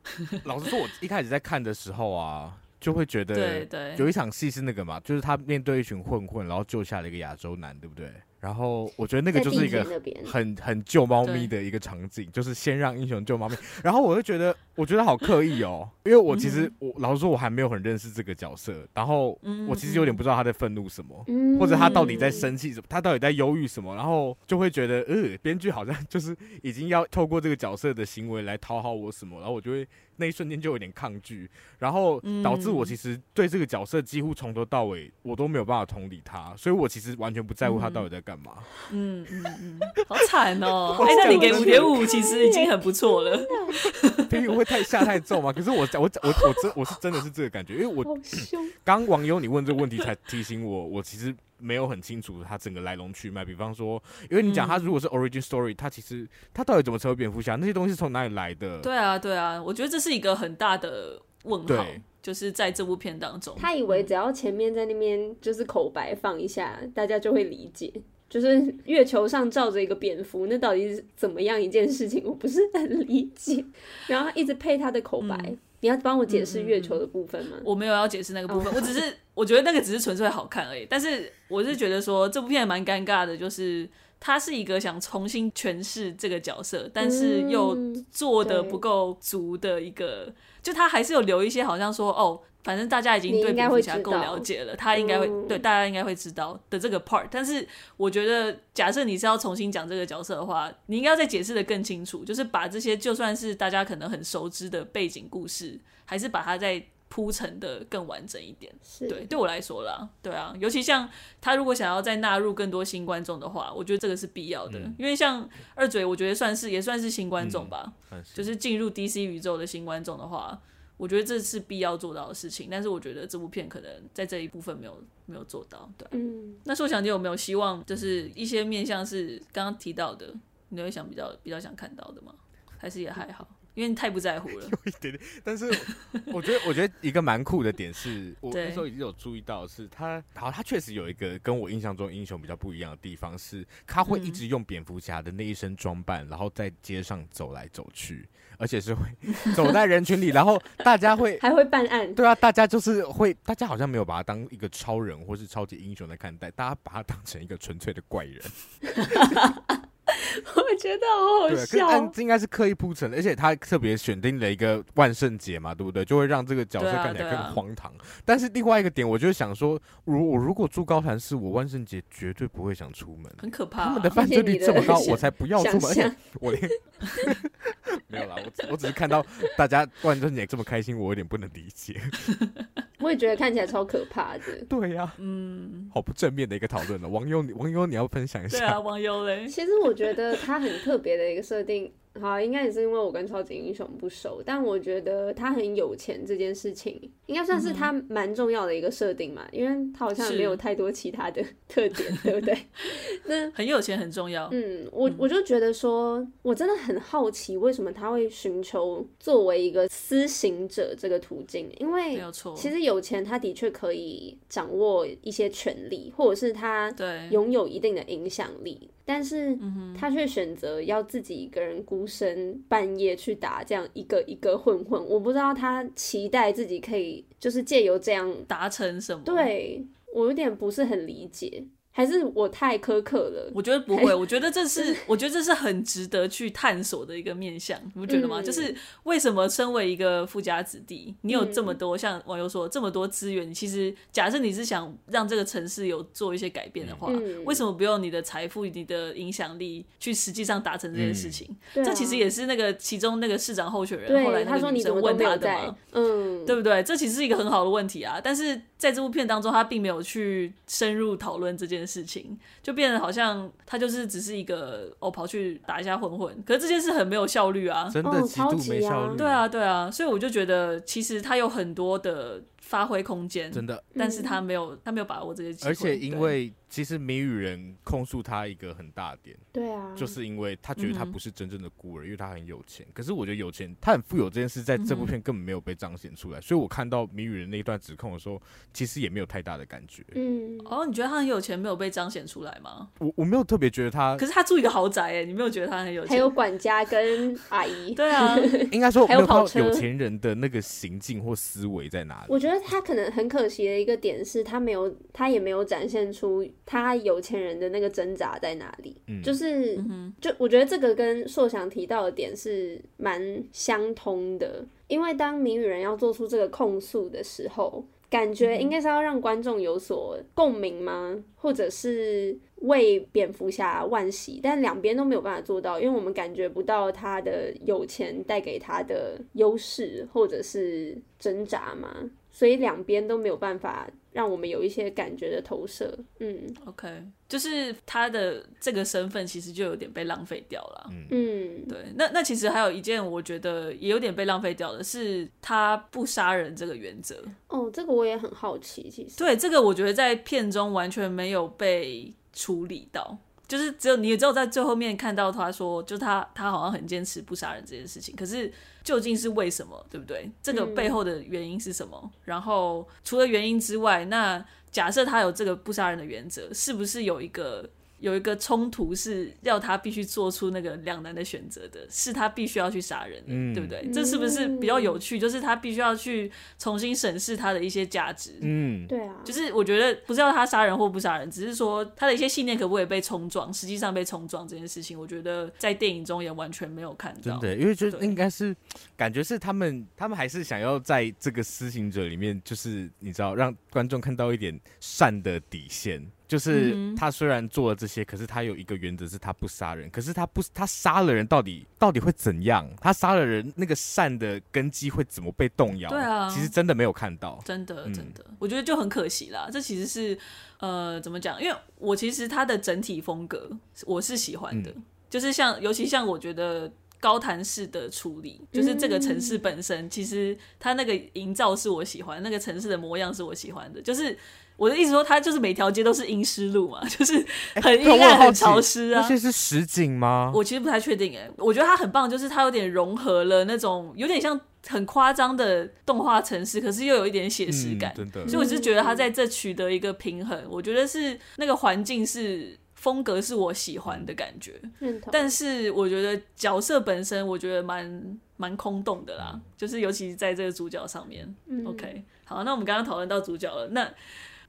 S4: 老实说，我一开始在看的时候啊，就会觉
S2: 对
S4: 得
S2: 对
S4: 有一场戏是那个嘛，就是他面对一群混混，然后救下了一个亚洲男，对不对？然后我觉得那个
S3: 在
S4: 就是
S3: 地
S4: 一
S3: 铁
S4: 个
S3: 那边
S4: 很很救猫咪
S2: 对
S4: 的一个场景，就是先让英雄救猫咪。然后我就觉得我觉得好刻意哦，因为我其实我老实说，我还没有很认识这个角色，然后
S2: 嗯
S4: 我其实有点不知道他在愤怒什么，
S3: 嗯
S4: 或者他到底在生气什么，他到底在忧郁什么，然后就会觉得，呃，编剧好像就是已经要透过这个角色的行为来讨好我什么，然后我就会那一瞬间就有点抗拒，然后导致我
S2: 嗯
S4: 其实对这个角色几乎从头到尾我都没有办法同理他，所以我其实完全不在乎他到底在干嘛。！
S2: 嗯嗯嗯，好惨哦
S4: 我
S2: 哎、那你给
S4: 讲
S2: 五
S4: 真的
S2: 点五其实已经很不错 了。
S4: 评语会太下太重吗？可是我我我我真我是真的是这个感觉，因为我
S3: 好凶，
S4: 刚网友你问这个问题才提醒我，我其实没有很清楚它整个来龙去脉。比方说，因为你讲它如果是 origin story，它其实它到底怎么成为蝙蝠侠？那些东西是从哪里来的？
S2: 对啊，对啊，我觉得这是一个很大的问号
S4: 对，
S2: 就是在这部片当中，
S3: 他以为只要前面在那边就是口白放一下，大家就会理解。就是月球上罩着一个蝙蝠，那到底是怎么样一件事情？我不是很理解。 然后他一直配他的口白，你要帮我解释月球的部分吗？
S2: 我没有要解释那个部分，我只是我觉得那个只是纯粹好看而已。但是我是觉得说这部片蛮尴尬的，就是它是一个想重新诠释这个角色，但是又
S3: 嗯
S2: 做的
S3: 对
S2: 不够足的一个，就他还是有留一些好像说哦。反正大家已经
S3: 你
S2: 对
S3: 应该
S2: 蝙蝠
S3: 会
S2: 侠
S3: 知
S2: 够
S3: 道
S2: 了解了，他应该会、
S3: 嗯
S2: 对大家应该会知道的这个 part。但是我觉得，假设你是要重新讲这个角色的话，你应该要再解释的更清楚，就是把这些就算是大家可能很熟知的背景故事，还是把它再铺陈的更完整一点。
S3: 是
S2: 对，对我来说啦，对啊，尤其像他如果想要再纳入更多新观众的话，我觉得这个是必要的，
S4: 嗯
S2: 因为像二嘴，我觉得算是也算是新观众吧，
S4: 算是
S2: 就是进入 DC 宇宙的新观众的话，我觉得这是必要做到的事情。但是我觉得这部片可能在这一部分没有没有做到。对，
S3: 嗯，
S2: 那受想姐有没有希望，就是一些面向是刚刚提到的，你会想比较比较想看到的吗？还是也还好，因为你太不在乎了。
S4: 一点点。但是我觉得，我觉得一个蛮酷的点是，我
S2: 对
S4: 那时候已经有注意到的是，他好，他确实有一个跟我印象中英雄比较不一样的地方是，他会一直用蝙蝠侠的那一身装扮，然后在街上走来走去，而且是会走在人群里，然后大家会
S3: 还会办案，
S4: 对啊，大家就是会，大家好像没有把他当一个超人或是超级英雄来看待，大家把他当成一个纯粹的怪人。
S3: 我觉得好 好
S4: 对啊，可是
S3: 笑
S4: 但
S3: 哦。
S4: 这应该是刻意铺陈的，而且他特别选定了一个万圣节嘛，对不对？就会让这个角色
S2: 对啊
S4: 看起来
S2: 对啊
S4: 更荒唐。但是另外一个点，我就想说，如我如果住高潭市，我万圣节绝对不会想出门。
S2: 很可怕、
S4: 他
S2: 啊
S4: 们的。犯罪率这么高，
S3: 谢谢你的
S4: 我才不要出
S3: 想
S4: 门。而且
S3: 象
S4: 我连 没有啦，我只我只是看到大家万圣节这么开心，我有点不能理解。
S3: 我也觉得看起来超可怕的。
S4: 对呀、
S2: 嗯，
S4: 好不正面的一个讨论了。网友，网友，你要分享一
S2: 对
S4: 下
S2: 啊，网友 嘞，
S3: 其实我觉得它很特别的一个设定，好，应该也是因为我跟超级英雄不熟，但我觉得他很有钱这件事情，应该算是他蛮重要的一个设定嘛，因为他好像
S2: 是
S3: 没有太多其他的特点，对不对？那
S2: 很有钱很重要。
S3: 嗯，我我就觉得说，我真的很好奇，为什么他会寻求作为一个私行者这个途径？因
S2: 没
S3: 为
S2: 有错，
S3: 其实有钱，他的确可以掌握一些权利，或者是他
S2: 对，
S3: 拥有一定的影响力，但是
S2: 嗯
S3: 他却选择要自己一个人孤身半夜去打这样一个一个混混，我不知道他期待自己可以就是借由这样，
S2: 达成什么？，
S3: 对
S2: 哦
S3: 我有点不是很理解，还是我太苛刻了？
S2: 我觉得不会，我觉得这是我觉得这是很值得去探索的一个面向，你不觉得吗？
S3: 嗯
S2: 就是为什么身为一个富家子弟，你有这么
S3: 嗯
S2: 多、像网友说这么多资源，其实假设你是想让这个城市有做一些改变的话，
S3: 嗯
S2: 为什么不用你的财富、你的影响力去实际上达成这件事情？
S3: 对啊
S2: 这其实也是那个其中那个市长候选人后来
S3: 对
S2: 那
S3: 他
S2: 个
S3: 说
S2: 女
S3: 你怎
S2: 生
S3: 么都
S2: 问
S3: 没
S2: 他
S3: 有
S2: 的嘛
S3: 在，嗯，
S2: 对不对？这其实是一个很好的问题啊，但是在这部片当中，他并没有去深入讨论这件事情，就变得好像他就是只是一个哦跑去打一下混混，可是这件事很没有效率啊。
S4: 真的
S3: 哦
S4: 极度
S3: 超级
S4: 没效率。
S3: 啊
S2: 对啊，对啊，所以我就觉得其实他有很多的发挥空间，
S4: 真的
S2: 但
S3: 嗯
S2: 是他没有他没有把握这些机会，
S4: 而且因
S2: 对
S4: 为其实谜语人控诉他一个很大点，
S3: 对啊，
S4: 就是因为他觉得他
S2: 嗯哼
S4: 不是真正的孤儿，因为他很有钱。可是我觉得有钱，他很富有这件事，在这
S3: 嗯
S4: 部片根本没有被彰显出来。所以我看到谜语人那一段指控的时候，其实也没有太大的感觉。
S3: 嗯，
S2: 哦，你觉得他很有钱没有被彰显出来吗？
S4: 我我没有特别觉得他
S2: 可，是他住一个豪宅哎，你没有觉得他很有
S3: 还
S2: 钱？
S3: 有管家跟阿姨，
S2: 对啊，
S4: 应该说我
S3: 还
S4: 没
S3: 有
S4: 有看
S3: 跑
S4: 到
S3: 车
S4: 有钱人的那个行径或思维在哪里。
S3: 我觉得得他可能很可惜的一个点是，他没有，他也没有展现出他有钱人的那个挣扎在哪里。
S4: 嗯
S3: 就是，就我觉得这个跟硕翔提到的点是蛮相通的，因为当谜语人要做出这个控诉的时候，感觉应该是要让观众有所共鸣吗？或者是为蝙蝠侠惋惜？但两边都没有办法做到，因为我们感觉不到他的有钱带给他的优势，或者是挣扎嘛，所以两边都没有办法让我们有一些感觉的投射。嗯
S2: OK，就是他的这个身份其实就有点被浪费掉了。啊
S3: 嗯，
S2: 对，那那其实还有一件我觉得也有点被浪费掉的是他不杀人这个原则。
S3: 哦，这个我也很好奇，其实。
S2: 对，这个我觉得在片中完全没有被处理到，就是只有你也只有在最后面看到他说，就他他好像很坚持不杀人这件事情，可是究竟是为什么，对不对？这个
S4: 嗯
S2: 背后的原因是什么？然后除了原因之外，那假设他有这个不杀人的原则，是不是有一个？有一个冲突是要他必须做出那个两难的选择的，是他必须要去杀人的，
S4: 嗯
S2: 对不对？这是不是比较有趣？就是他必须要去重新审视他的一些价值，
S4: 嗯，
S3: 对啊，
S2: 就是我觉得不是要他杀人或不杀人，只是说他的一些信念可不可以被冲撞，实际上被冲撞这件事情，我觉得在电影中也完全没有看
S4: 真
S2: 到。
S4: 的，因为就
S2: 对
S4: 应该是感觉是他们，他们还是想要在这个施行者里面，就是你知道，让观众看到一点善的底线。
S2: 嗯
S4: 就是他虽然做了这些，可是他有一个原则是他不杀人。可是他不，他杀了人到底到底会怎样？他杀了人，那个善的根基会怎么被动摇？
S2: 对啊
S4: 其实真的没有看到。
S2: 真的，真
S4: 嗯
S2: 的，我觉得就很可惜啦。这其实是，呃，怎么讲？因为我其实他的整体风格我是喜欢的，
S4: 嗯
S2: 就是像，尤其像我觉得高谭市的处理，就是这个城市本身，其实它那个营造是我喜欢，那个城市的模样是我喜欢的。就是我的意思说，它就是每条街都是阴湿路嘛，就是很
S4: 哎对我
S2: 阴
S4: 很
S2: 暗、
S4: 好
S2: 很
S4: 奇
S2: 潮湿啊。
S4: 那些是实景吗？
S2: 我其实不太确定哎，我觉得它很棒，就是它有点融合了那种有点像很夸张的动画城市，可是又有一点写实感
S4: 嗯、，真的。
S2: 所以我就觉得它在这取得一个平衡。我觉得是那个环境是风格是我喜欢的感觉，
S3: 认同。
S2: 但是我觉得角色本身我觉得蛮蛮空洞的啦，就是尤其在这个主角上面。
S3: 嗯
S2: OK，好，那我们刚刚讨论到主角了，那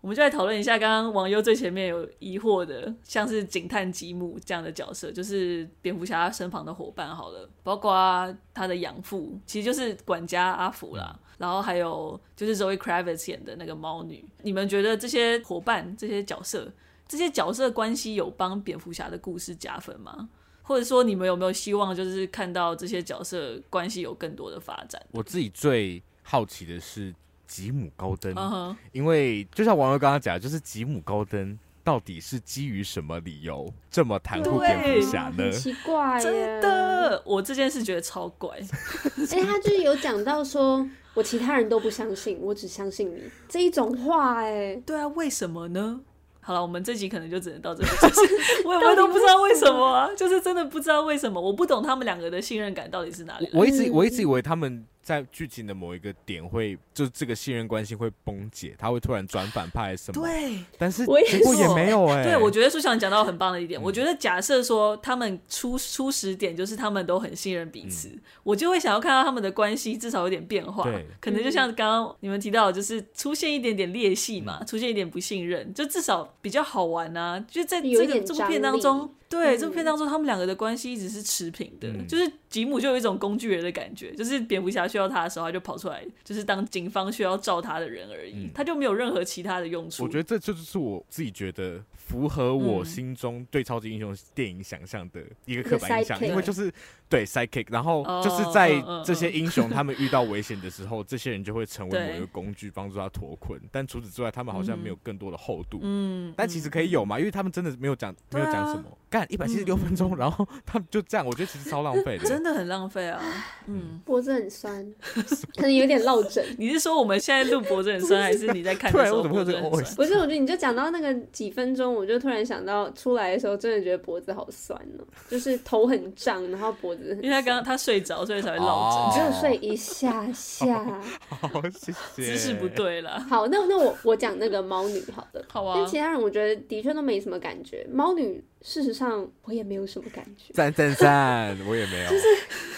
S2: 我们就来讨论一下刚刚网友最前面有疑惑的，像是警探吉姆这样的角色，就是蝙蝠侠身旁的伙伴好了，包括他的养父，其实就是管家阿福啦，然后还有就是 Zoe Kravitz 演的那个猫女，你们觉得这些伙伴、这些角色、这些角色关系有帮蝙蝠侠的故事加分吗？或者说，你们有没有希望就是看到这些角色关系有更多的发展？
S4: 我自己最好奇的是吉姆高登。
S2: 嗯哼，
S4: 因为就像网友刚刚讲的，就是吉姆高登到底是基于什么理由这么袒
S3: 啊
S4: 护蝙蝠侠呢
S3: 很？奇怪耶，
S2: 真。的，我这件事觉得超 怪。
S3: 哎、他就是有讲到说，我其他人都不相信，我只相信你这一种话，哎，
S2: 对啊，为什么 呢？好了，我们这集可能就只能到这里。就是 我我都不知道为什么啊，就是真的不知道为什么，我不懂他们两个的信任感到底是哪里
S4: 我
S2: 来。
S4: 我一直我一直以为他们在剧情的某一个点会，就是这个信任关系会崩解，他会突然转反派什么？，
S2: 对
S4: 但是
S3: 我也
S4: 结果也没有哎、
S2: 对，我觉得树想讲到很棒的一
S4: 嗯
S2: 点，我觉得假设说他们初初始点就是他们都很信任彼此，我就会想要看到他们的关系至少有点变化
S4: 嗯对，
S2: 可能就像刚刚你们提到的，就是出现一点点裂隙嘛，
S4: 嗯
S2: 出现一点不信任，就至少比较好玩啊。就在
S3: 有
S2: 这
S3: 一
S2: 个
S3: 点
S2: 这部片
S3: 张
S2: 当
S3: 力
S2: 中，对，这部
S3: 嗯
S2: 片当中他们两个的关系一直是持平的，
S4: 嗯
S2: 就是吉姆就有一种工具人的感觉，就是蝙蝠侠需要他的时候，他就跑出来，就是当警方需要照他的人而已，
S4: 嗯
S2: 他就没有任何其他的用处。
S4: 我觉得这就是我自己觉得符合我
S2: 嗯
S4: 心中对超级英雄电影想象的一个刻板印象，
S3: 一个 sidekick
S4: 因为就是对 sidekick，然后
S2: 哦
S4: 就是在
S2: 嗯嗯嗯
S4: 这些英雄他们遇到危险的时候，这些人就会成为
S2: 对
S4: 某一个工具，帮助他脱困。但除此之外，他们好像没有更多的厚度。
S2: 嗯，
S4: 但其实可以有嘛，因为他们真的没有讲，没
S2: 对啊嗯
S4: 有讲什么，干一百七十六分钟，然后他们就这样，我觉得其实超浪费 的。
S2: 真的很浪费啊！嗯，
S3: 脖子很酸， 可能有点落枕。
S2: 你是说我们现在录脖子很酸，还是你在看
S4: 突
S2: 的
S4: 然
S2: 时候
S4: 我怎么会
S2: 脖
S4: 有这
S2: 子
S4: 个
S2: 很
S4: OS？
S2: 酸？
S3: 不是，我觉得你就讲到那个几分钟，我就突然想到出来的时候，真的觉得脖子好酸哦、就是头很胀，然后脖子
S2: 因为
S3: 很，
S2: 他刚刚他睡着，所以才会落
S4: 哦
S2: 枕，
S3: 只有睡一下 下。
S4: 好，谢谢。
S2: 姿势不。对啦。
S3: 好，那那我我讲那个猫女好了。
S2: 好啊
S4: 哦
S3: 但，其他人我觉得的确都没什么感觉。猫女事实上我也没有什么感 觉，
S4: 赞赞赞！我也没有，就是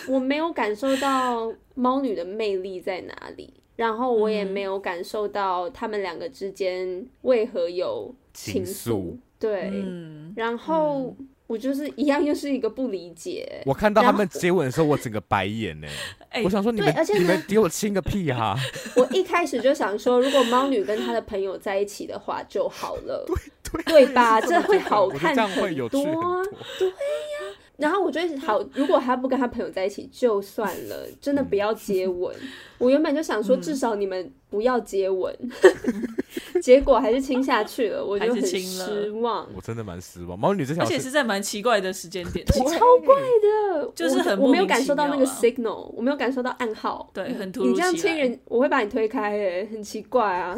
S3: 我没有感受到猫女的魅力在哪里。然后我也
S4: 嗯
S3: 没有感受到他们两个之间为何有
S4: 情
S3: 情
S4: 愫
S3: 对，
S2: 嗯，
S3: 然后我就是一样，又是一个不理 解。
S4: 我看到他
S3: 然后
S4: 们接吻的时候，我整个白眼呢、
S2: 哎
S4: 我想说你们
S3: 对而且
S4: 你
S3: 呢
S4: 们给我亲个屁啊哈、
S3: 我一开始就想说，如果猫女跟她的朋友在一起的话就好了，
S4: 对
S3: 对吧？
S4: 我觉得
S3: 这会好
S4: 我觉得
S3: 看
S4: 这样会有趣
S3: 多
S4: 很
S3: 啊
S4: 多。。
S3: 然后我就得好，如果她不跟她朋友在一起就算了，真的不要接
S2: 嗯
S3: 吻。我原本就想说，至少你们不要接吻， 结果还是亲下去了，我就
S2: 还
S3: 很
S2: 是亲了
S3: 失望。
S4: 我真的蛮失望。猫女这条
S2: 而且是在蛮奇怪的时间点，其实
S3: 超怪的，
S2: 就是
S3: 我
S2: 很
S3: 我
S2: 莫
S3: 没有
S2: 名
S3: 感
S2: 其
S3: 受到那
S2: 妙
S3: 个
S2: 啊
S3: signal，我没有感受到暗号。
S2: 对很突如
S3: 你这样
S2: 其
S3: 亲
S2: 来
S3: 人，我会把你推开、哎，很奇怪 啊。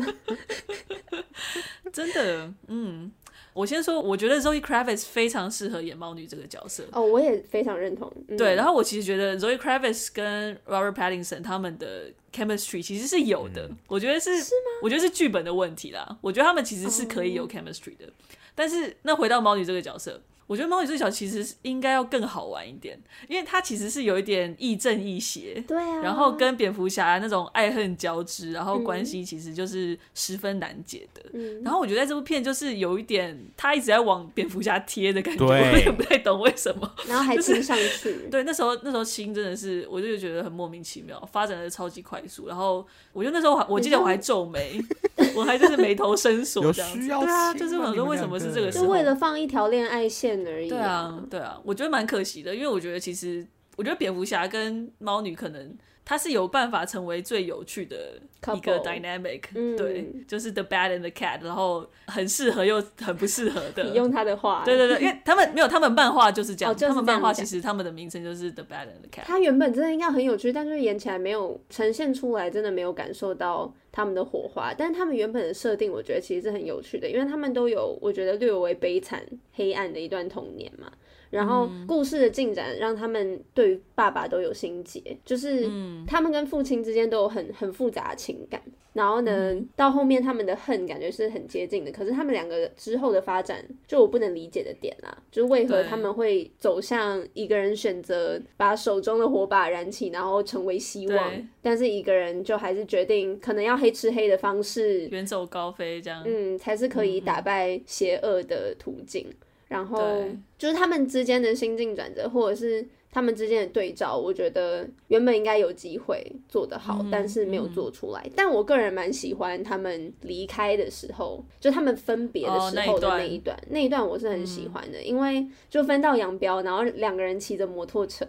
S2: 真的，嗯，我先说，我觉得 Zoe Kravitz 非常适合演猫女这个角色。
S3: 哦，我也非常认同。嗯、
S2: 对，然后我其实觉得 Zoe Kravitz 跟 Robert Pattinson 他们的 chemistry 其实是有的，我觉得是，是吗？我觉得是剧本的问题啦。我觉得他们其实是可以有 chemistry 的，但是那回到猫女这个角色，我觉得猫女这个角色其实是应该要更好玩一点，因为她其实是有一点亦正亦邪，
S3: 对啊，
S2: 然后跟蝙蝠侠那种爱恨交织，然后关系其实就是十分难解的。
S3: 嗯
S2: 然后我觉得在这部片就是有一点，他一直在往蝙蝠侠贴的感觉，我
S4: 对
S2: 也不太懂为什么。
S3: 然后还
S2: 就是
S3: 亲上去，
S2: 对，那时候那时候心真的是，我就觉得很莫名其妙，发展的超级快速。然后我就那时候我还我记得我还皱眉， 我还就是眉头深锁
S4: 有
S2: 这样子。
S4: 需要
S2: 对啊，
S4: 亲
S2: 就是
S4: 吗
S2: 我想说
S4: 你们
S2: 为什么是这个
S4: 两
S2: 时
S4: 个
S2: 候
S3: 就？为了放一条恋爱线而已、
S2: 对啊，，对啊，我觉得蛮可惜的，因为我觉得其实我觉得蝙蝠侠跟猫女可能她是有办法成为最有趣的一个
S3: Couple
S2: dynamic，、
S3: 嗯
S2: 对，就是 the bad and the cat，然后很适合又很不适合的
S3: 你。用他的话，
S2: 对对对，因为他们没有，他们漫画就是这样，
S3: 哦就是
S2: 他们漫画
S3: 这
S2: 其
S3: 样
S2: 实他们的名称就是 the bad and the cat。
S3: 他原本真的应该很有趣，但就是演起来没有呈现出来，真的没有感受到他们的火花。但他们原本的设定，我觉得其实是很有趣的，因为他们都有我觉得略微悲惨、黑暗的一段童年嘛。然后故事的进展让他们对于爸爸都有心结，就是他们跟父亲之间都有很很复杂的情感。然后呢，到后面他们的恨感觉是很接近的，可是他们两个之后的发展，就我不能理解的点啦，就是为
S2: 对
S3: 何他们会走向一个人选择把手中的火把燃起，然后成为希
S2: 对
S3: 望，但是一个人就还是决定可能要黑吃黑的方式，
S2: 远走高飞这样，
S3: 嗯，才是可以打败邪恶的途径。然后
S2: 对
S3: 就是他们之间的心境转折，或者是他们之间的对照，我觉得原本应该有机会做得好，
S2: 嗯
S3: 但是没有做出来。但我个人蛮喜欢他们离开的时候，就他们分别的
S2: 哦
S3: 时
S2: 那一
S3: 候的
S2: 段嗯
S3: 那一段，那一段我是很喜欢的，因为就分道扬镳，然后两个人骑着摩托车，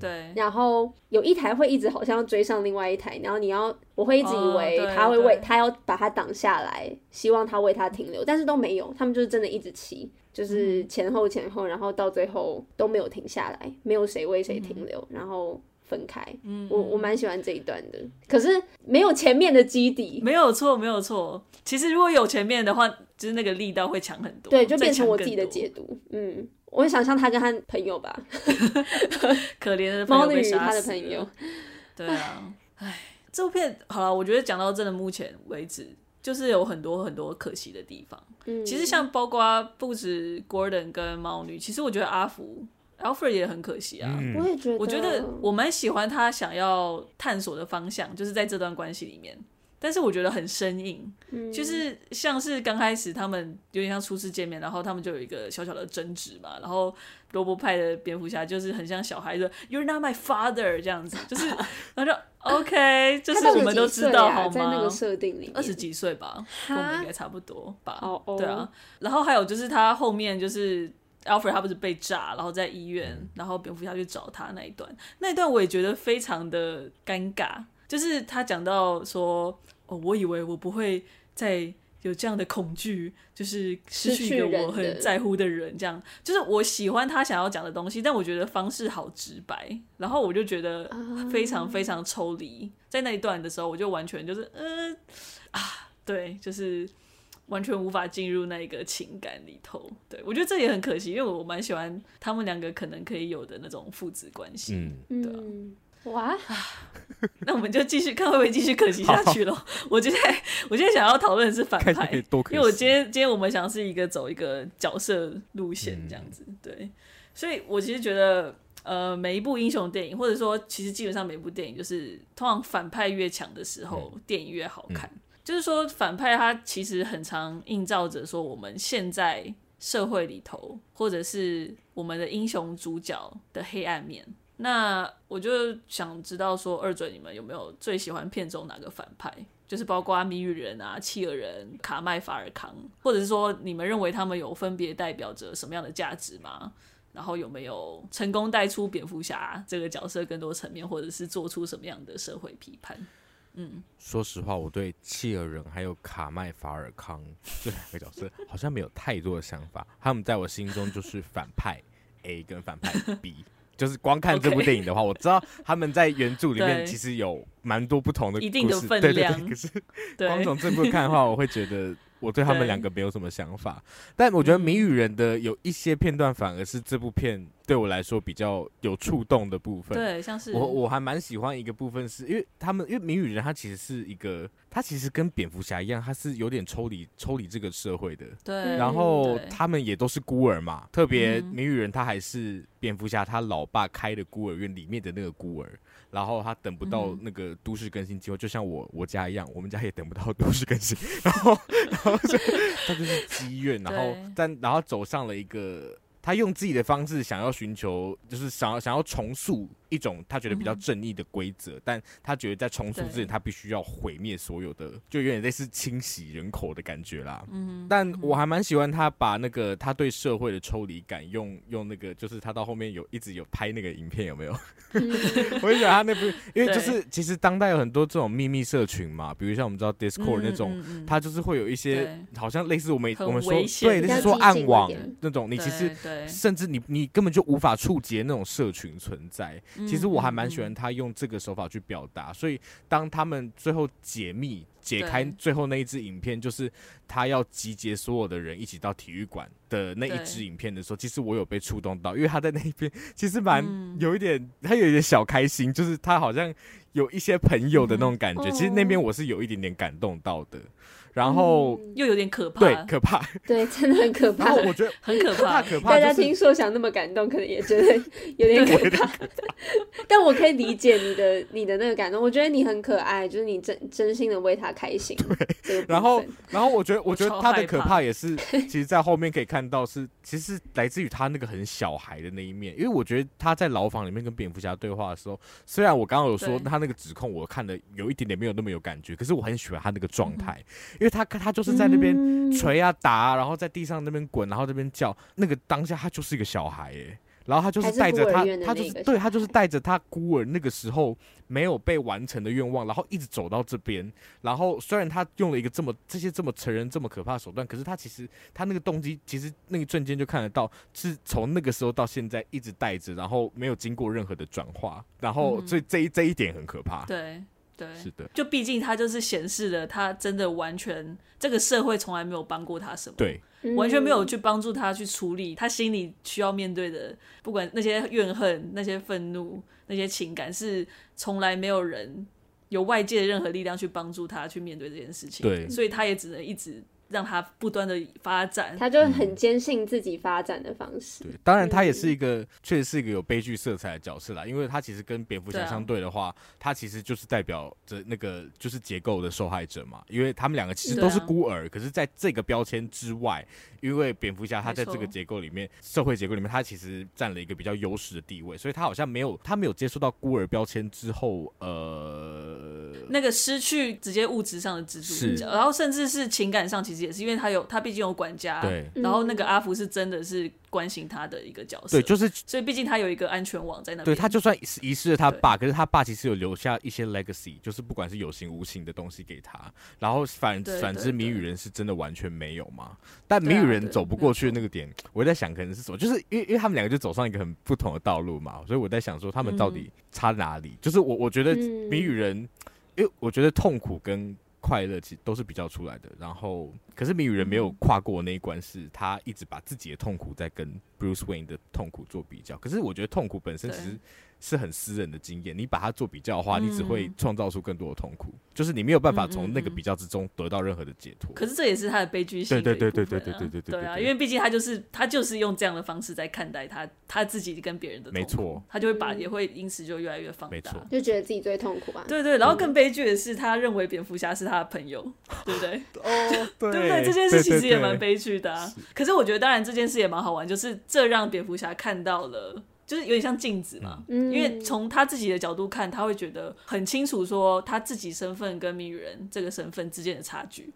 S2: 对，
S3: 然后有一台会一直好像要追上另外一台，然后你要，我会一直以
S2: 哦
S3: 为
S2: 对
S3: 他会为、
S2: 对
S3: 他要把它挡下来，希望他为他停留，但是都没有，他们就是真的一直骑，
S2: 嗯
S3: 就是前后前后，然后到最后都没有停下来，没有谁为谁停留，然后分开。
S2: 嗯
S3: 我我蛮喜欢这一段的，可是没有前面的基底，
S2: 没有错，没有错。其实如果有前面的话，就是那个力道会强很多，
S3: 对，就
S2: 再
S3: 变成
S2: 强
S3: 我
S2: 更
S3: 自己的
S2: 多
S3: 解读。嗯，我想象他跟他朋友吧，
S2: 可怜的朋
S3: 猫
S2: 友
S3: 女
S2: 被
S3: 与
S2: 杀
S3: 他的
S2: 死
S3: 朋友
S2: 了，对啊，唉，这部片好了，我觉得讲到真的目前为止，就是有很多很多可惜的地方。
S3: 嗯，
S2: 其实像包括不止 Gordon 跟猫女，其实我觉得阿福 Alfred 也很可惜啊。
S3: 我
S4: 嗯
S3: 也觉得，
S2: 我觉得我蛮喜欢他想要探索的方向，就是在这段关系里面，但是我觉得很生硬，
S3: 嗯
S2: 就是像是刚开始他们有点像初次见面，然后他们就有一个小小的争执嘛，然后罗伯派的蝙蝠侠就是很像小孩子，You're not my father 这样子，就是 然后就 OK，就
S3: 他
S2: 是
S3: 到
S2: 我
S3: 底
S2: 们都
S3: 几
S2: 知
S3: 岁
S2: 道
S3: 啊
S2: 好
S3: 在那
S2: 吗
S3: 个？设定里面，
S2: 二十几岁吧，跟我们
S3: 哈
S2: 应该差不多吧。
S3: 哦哦
S2: 对啊，然后还有就是他后面就是 Alfred 他不是被炸，然后在医院，然后蝙蝠侠去找他那一段，那一段我也觉得非常的尴尬，就是他讲到说，哦，我以为我不会再有这样的恐惧，就是失去一个
S3: 失去人
S2: 我很
S3: 的
S2: 在乎的人，这样就是我喜欢他想要讲的东西，但我觉得方式好直白，然后我就觉得
S3: 啊
S2: 非常非常抽离，在那一段的时候，我就完全就是呃啊，对，就是完全无法进入那一个情感里头。对我觉得这也很可惜，因为我蛮喜欢他们两个可能可以有的那种父子关系。
S4: 嗯，
S2: 对啊
S3: 嗯，哇，
S2: 那我们就继续看会不会继续可惜下去咯。 我现在我现在想要讨论的是反
S4: 看
S2: 派
S4: 可以，多可惜
S2: 因为我今天今天我们想是一个走一个角色路线这样子，对，所以我其实觉得呃，每一部英雄电影，或者说其实基本上每一部电影，就是通常反派越强的时候，电影越好看。就是说，反派他其实很常映照着说我们现在社会里头，或者是我们的英雄主角的黑暗面。那我就想知道说，二准你们有没有最喜欢片中哪个反派？就是包括谜语人啊、企鹅人、卡麦法尔康，或者是说你们认为他们有分别代表着什么样的价值吗？然后有没有成功带出蝙蝠侠这个角色更多层面，或者是做出什么样的社会批判？
S4: 说实话，我对契尔人还有卡麦法尔康这两个角色好像没有太多的想法，他们在我心中就是反派 A 跟反派 B。就是光看这部
S2: OK
S4: 电影的话，我知道他们在原著里
S2: 对
S4: 面其实有蛮多不同的
S2: 一定的
S4: 故事
S2: 分
S4: 对对
S2: 量
S4: 对，可是
S2: 对，
S4: 光从这部看的话，我会觉 得我对他们
S2: 对
S4: 两个没有什么想法。但我觉得
S2: 嗯
S4: 《谜语人》的有一些片段，反而是这部片对我来说比较有触动的部分。
S2: 对，像是
S4: 我我还蛮喜欢一个部分是，因为他们因为谜语人他其实是一个，他其实跟蝙蝠侠一样，他是有点抽离抽离这个社会的。
S2: 对，
S4: 然后
S2: 对
S4: 他们也都是孤儿嘛，特别
S2: 嗯
S4: 谜语人他还是蝙蝠侠他老爸开的孤儿院里面的那个孤儿，然后他等不到
S2: 嗯
S4: 那个都市更新机会，就像我我家一样，我们家也等不到都市更 新，然后然后所以他就是积怨，然后
S2: 对
S4: 但然后走上了一个。他用自己的方式想要寻求，就是想要想要重塑一种他觉得比较
S2: 嗯
S4: 正义的规则，但他觉得在重塑之
S2: 对
S4: 前，他必须要毁灭所有的，就有点类似清洗人口的感觉啦。
S2: 嗯，
S4: 但
S2: 嗯
S4: 我还蛮喜欢他把那个他对社会的抽离感用用那个，就是他到后面有一直有拍那个影片，有 没有？我很喜欢他那部，因为
S2: 对
S4: 就是其实当代有很多这种秘密社群嘛，比如像我们知道 Discord 那种，
S2: 嗯嗯嗯
S4: 它就是会有一些
S2: 对
S4: 好像类似我们
S2: 很
S4: 我们说
S2: 危险
S4: 对，类
S2: 比
S4: 似
S2: 较
S4: 说
S3: 激进
S4: 暗
S3: 一
S4: 网
S3: 点
S4: 那种，你其实
S2: 对对
S4: 甚至你你根本就无法触及那种社群存在。
S2: 嗯
S4: 其实我还蛮喜欢他用这个手法去表达，所以当他们最后解密、解开
S2: 对
S4: 最后那一支影片，就是他要集结所有的人一起到体育馆的那一
S2: 对
S4: 支影片的时候，其实我有被触动到，因为他在那一边其实蛮
S2: 嗯
S4: 有一点，他有一点小开心，就是他好像有一些朋友的那种感觉。
S3: 嗯
S4: 其实那边我是有一点点感动到的， 然后。
S3: 嗯
S2: 又有点可怕，
S4: 对，可怕。
S3: 对，真的很可
S4: 然
S3: 怕
S4: 后。我觉得
S2: 很可
S4: 怕
S2: 怕，
S4: 可怕，
S3: 大家
S4: 就是
S3: 听硕想那么感动，可能也觉得有点可 怕。但我可以理解你的你的那个感动，我觉得你很可爱，就是你真真心的为他开心。这个部分
S4: 然后，然后我觉得，我觉
S2: 超
S4: 得他
S2: 害
S4: 的可
S2: 怕
S4: 怕也是，其实，在后面可以看到是，其实是来自于他那个很小孩的那一面。因为我觉得他在牢房里面跟蝙蝠侠对话的时候，虽然我刚刚有说
S2: 对
S4: 他那个指控，我看的有一点点没有那么有感觉，可是我很喜欢
S2: 嗯
S4: 他那个状态，因为他他就是在那边
S3: 嗯
S4: 捶啊打啊，然后在地上那边滚，然后这边叫，那个当下他就是一个小孩耶、然后他就
S3: 还
S4: 是
S3: 是
S4: 带着
S3: 孤儿
S4: 他
S3: 院，的
S4: 他
S3: 那
S4: 就
S3: 一
S4: 是
S3: 个
S4: 对
S3: 小
S4: 他就是
S3: 孩
S4: 带着他孤儿那个时候没有被完成的愿望，然后一直走到这边。然后虽然他用了一个这么这些这么成人这么可怕的手段，可是他其实他那个动机，其实那一瞬间就看得到，是从那个时候到现在一直带着，然后没有经过任何的转化，然后
S2: 嗯
S4: 所以这一这一点很可怕。
S2: 对对，
S4: 是的，
S2: 就毕竟他就是显示了他真的完全这个社会从来没有帮过他什么，
S4: 对，
S2: 完全没
S3: 嗯
S2: 有去帮助他去处理他心里需要面对的，不管那些怨恨、那些愤怒、那些情感，是从来没有人有外界的任何力量去帮助他去面对这件事情。
S4: 对
S2: 所以他也只能一直让他不断的发展。
S3: 他就很坚信自己发展的方式。
S4: 对，当然他也是一个，确实是一个有悲剧色彩的角色啦，因为他其实跟蝙蝠
S2: 对
S4: 侠
S2: 啊
S4: 相对的话，他其实就是代表着那个就是结构的受害者嘛，因为他们两个其实
S2: 对
S4: 都是
S2: 啊
S4: 孤儿，可是在这个标签之外，因为蝙蝠侠他
S2: 没
S4: 在这
S2: 错
S4: 个结构里面，社会结构里面，他其实占了一个比较优势的地位，所以他好像没有他没有接触到孤儿标签之后，呃，
S2: 那个失去直接物质上的支柱
S4: 是，
S2: 然后甚至是情感上，其实也是因为他有他毕竟有管家，
S4: 对
S3: 嗯
S2: 然后那个阿福是真的是关心他的一个角色，
S4: 对，就是
S2: 所以毕竟他有一个安全网在那边，
S4: 对他就算遗失遗失了他
S2: 对
S4: 爸，可是他爸其实有留下一些 legacy，就是不管是有形无形的东西给他。然后反
S2: 对
S4: 反
S2: 对
S4: 之，谜
S2: 对
S4: 语人是真的完全没有嘛？但谜
S2: 对啊
S4: 语人
S2: 对
S4: 走不
S2: 没
S4: 过去那个点，我在想可能是什么，就是因为因为他们两个就走上一个很不同的道路嘛，所以我在想说他们到
S2: 嗯
S4: 底差哪里？就是我我觉得
S3: 嗯
S4: 谜语人，因为我觉得痛苦跟快乐其实都是比较出来的。然后，可是谜语人没有
S2: 嗯
S4: 跨过那一关，是他一直把自己的痛苦在跟 Bruce Wayne 的痛苦做比较。可是我觉得痛苦本身
S2: 对
S4: 其实是很私人的经验，你把它做比较的话，你只
S2: 嗯
S4: 会创造出更多的痛苦，就是你没有办法从那个比较之中得到任何的解脱。
S2: 可是这也是他的悲剧性的
S4: 对
S2: 一部
S4: 对对
S2: 分啊，
S4: 对对对对对
S2: 对啊，
S4: 对
S2: 因为毕竟他就是他就是用这样的方式在看待他他自己跟别人的，
S4: 没，错，
S2: 他就会把
S3: 嗯
S2: 也会因此就越来越放大，
S4: 没错
S3: 就觉得自己最痛苦啊。
S2: 对对，然后更悲剧的是，他认为蝙蝠侠是他的朋友，对不 对？
S4: 哦，对
S2: 对不对？这件事其实也蛮
S4: 悲。
S2: 悲剧的、啊。可是我觉得，当然这件事也蛮好玩，就是这让蝙蝠侠看到了，就是有点像镜子嘛。
S3: 嗯
S2: 因为从他自己的角度看，他会觉得很清楚，说他自己身份跟谜语人这个身份之间的差距。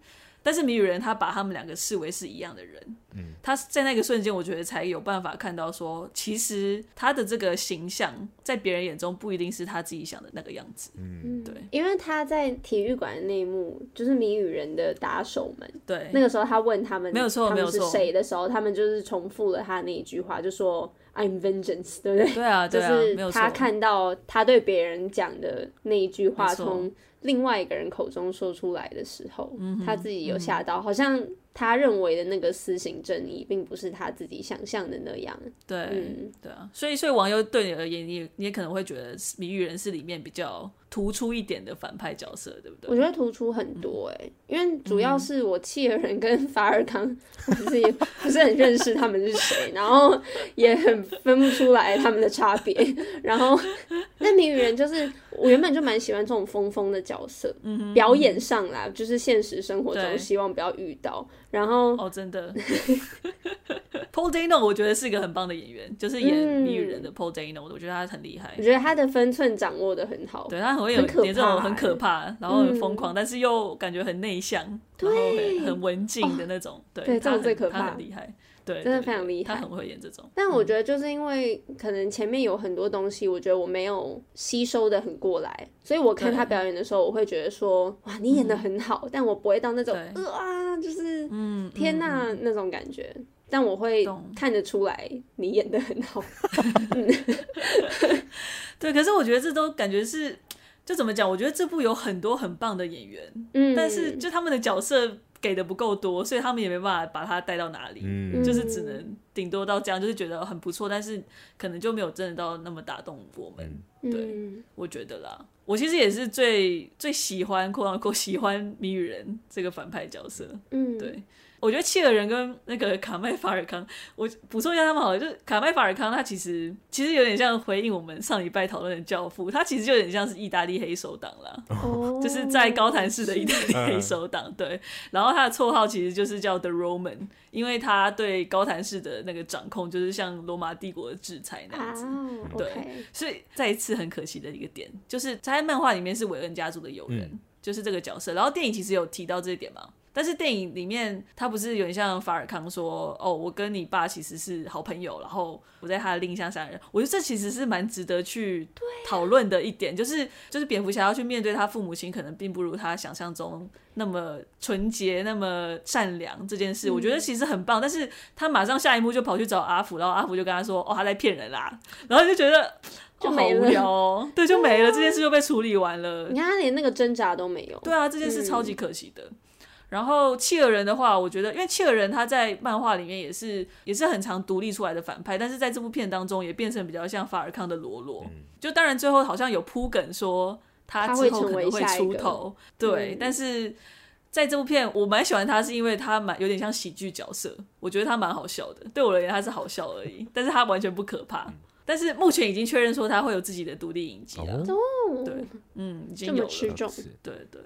S2: 但是谜语人他把他们两个视为是一样的人，嗯，他在那个瞬间，我觉得才有办法看到说，其实他的这个形象在别人眼中不一定是他自己想的那个样子，
S3: 嗯
S2: 对
S3: 因为他在体育馆的那一幕，就是谜语人的打手们，
S2: 对，
S3: 那个时候他问他们
S2: 哎没有错
S3: 他们
S2: 没有
S3: 是
S2: 错
S3: 谁的时候，他们就是重复了他那一句话，就说 I'm vengeance，对不对？
S2: 对啊，
S3: 就
S2: 对啊，没有
S3: 是
S2: 错
S3: 他看到他对别人讲的那一句话
S2: 没错
S3: 从另外一个人口中说出来的时候，
S2: 嗯
S3: 他自己有吓到，好像他认为的那个私刑正义，并不是他自己想象的那样。
S2: 对、
S3: 嗯
S2: 对啊，所以所以网友对你而言，你也你也可能会觉得谜语人是里面比较突出一点的嗯反派角色，对不
S3: 我
S2: 对？
S3: 觉得突出很多哎、因为主要是我契尔人跟 法尔康，就是也不是很认识他们是谁，然后也很分不出来他们的差别。然后那谜语人就是我原本就蛮喜欢这种疯疯的角色，
S2: 嗯
S3: 表演上啦，就是现实生活
S2: 对
S3: 中希望不要遇到。然后
S2: 哦，真的 ，Paul Dano 我觉得是一个很棒的演员，就是演
S3: 嗯
S2: 谜语人的 Paul Dano，我觉得他很厉害
S3: 我，觉得他的分寸掌握的很好，
S2: 对他很会有
S3: 哦很可
S2: 演这种
S3: 怕
S2: 很
S3: 欸
S2: 可怕，然后很疯狂，但是又感觉很内向，然后很很文静的那种，对，
S3: 哦
S2: 他
S3: 对这种
S2: 很
S3: 最可
S2: 他
S3: 怕
S2: 很厉害，对，
S3: 真的
S2: 对
S3: 非常
S2: 对
S3: 厉
S2: 他
S3: 害
S2: 很会演这种，
S3: 但我觉得就是因为可能前面有很多东西，我觉得我没有吸收的很过来，所以我看他
S2: 对嗯
S3: 表演的时候，我会觉得说，哇，你演的很好，但我不会到那种
S2: 对
S3: 呃啊，就是
S2: 嗯，
S3: 天哪、那种感觉。但我会
S2: 懂
S3: 看得出来你演的很好，
S2: 对，可是我觉得这都感觉是，就怎么讲？我觉得这部有很多很棒的演员，
S3: 嗯，
S2: 但是就他们的角色给的不够多，所以他们也没办法把他带到哪里，
S4: 嗯
S2: 就是只能顶多到这样，就是觉得很不错，但是可能就没有真的到那么打动我们。对
S3: 嗯，
S2: 我觉得啦，我其实也是最最喜欢（括号括喜欢谜语人）这个反派角色，
S3: 嗯，
S2: 对， 我觉得切尔人跟那个卡麦法尔康，我补充一下他们好了，就是卡麦法尔康他其实其实有点像回应我们上礼拜讨论的《教父》，他其实就有点像是意大利黑手党啦，
S3: 哦，
S2: 就是在高谭市的意大利黑手党。对，然后他的绰号其实就是叫 The Roman，因为他对高谭市的那个掌控就是像罗马帝国的制裁那样子。
S3: 啊
S2: 对
S3: ，OK，
S2: 所以再一次很可惜的一个点，就是他在漫画里面是韦恩家族的友人，就是这个角色。然后电影其实有提到这一点嘛，但是电影里面他不是有点像法尔康说：“哦，我跟你爸其实是好朋友，然后我在他的另一项杀人。”我觉得这其实是蛮值得去讨论的一点，就是就是蝙蝠侠要去面对他父母亲，可能并不如他想象中那么纯洁、那么善良这件事。我觉得其实很棒，但是他马上下一幕就跑去找阿福，然后阿福就跟他说：“哦，他在骗人啦。”然后就觉得。
S3: 就
S2: 哦
S3: 没
S2: 好无
S3: 了啊
S2: 聊哦，对，就没了，这件事就被处理完了
S3: 你。看他连那个挣扎都没有，
S2: 对啊，这件事超
S3: 嗯
S2: 级可惜的。然后契尔人的话，我觉得，因为契尔人他在漫画里面也是也是很常独立出来的反派，但是在这部片当中也变成比较像法尔康的罗罗。就当然最后好像有铺梗说他
S3: 嗯他
S2: 之
S3: 会
S2: 后可
S3: 成为
S2: 能会
S3: 下一
S2: 出
S3: 个
S2: 头，对，
S3: 嗯
S2: 但是。在这部片，我蛮喜欢他，是因为他蛮有点像喜剧角色，我觉得他蛮好笑的。对我而言，他是好笑而已，但是他完全不可怕。
S3: 嗯
S2: 但是目前已经确认说他会有自己的独立影集了，
S4: 哦
S3: 哦
S2: 对嗯，已经
S3: 这
S2: 有
S3: 么
S2: 了。
S3: 吃重，
S4: 是
S2: 对对。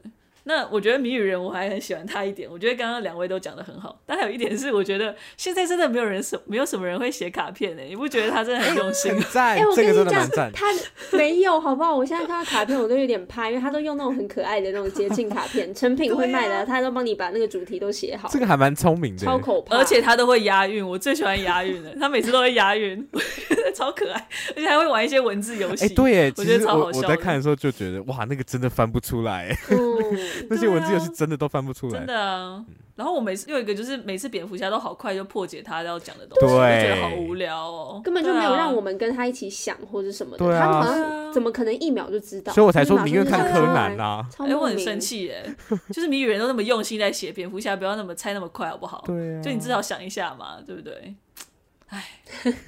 S2: 那我觉得谜语人我还很喜欢他一点，我觉得刚刚两位都讲的很好，但还有一点是，我觉得现在真的没有人什没有什么人会写卡片呢、你不觉得他真的很用心
S4: 很
S2: 吗？
S4: 赞
S3: 哎、我，
S4: 这
S3: 跟
S4: 个真
S3: 你
S4: 的
S3: 讲
S4: 蛮，赞。
S3: 他没有好不好？我现在看到卡片，我都有点怕，因为他都用那种很可爱的那种节庆卡片，成品会卖的啊，他都帮你把那个主题都写好，
S4: 这个还蛮聪明的，
S3: 超可 怕。
S2: 而且他都会押韵，我最喜欢押韵了， 他每次都会押韵， 我觉得超可爱，而且还会玩一些文字游戏。
S4: 哎，对耶，
S2: 我
S4: 其
S2: 觉得
S4: 实
S2: 超
S4: 我
S2: 好
S4: 我
S2: 笑
S4: 在
S2: 的
S4: 看的时候就觉得，哇，那个真的翻不出来，
S3: 嗯，
S4: 那些
S2: 对
S4: 文字又
S2: 啊
S4: 是真的都翻不出来
S2: 真。的啊。然后我每次又有一个就是每次蝙蝠侠都好快就破解他要讲的东西，
S4: 对
S2: 我就觉得好无聊哦，
S3: 根本就没有让我
S2: 对啊。
S3: 们跟他一起想或者什么的，
S4: 对啊
S3: 他好
S2: 对
S3: 像
S2: 啊
S3: 怎么可能一秒就知道？
S4: 所以我才说
S3: 就是马
S4: 宁愿
S3: 上就
S4: 看
S3: 知
S4: 柯
S3: 道
S4: 南，啊呐。
S3: 超
S2: 哎、
S3: 莫名
S2: 我很生，气耶！ 就是谜语人都那么用心在写蝙蝠侠，不要那么猜那么快好不好？
S4: 对
S3: 嗯
S4: 啊，
S2: 就你至少想一下嘛，对不对？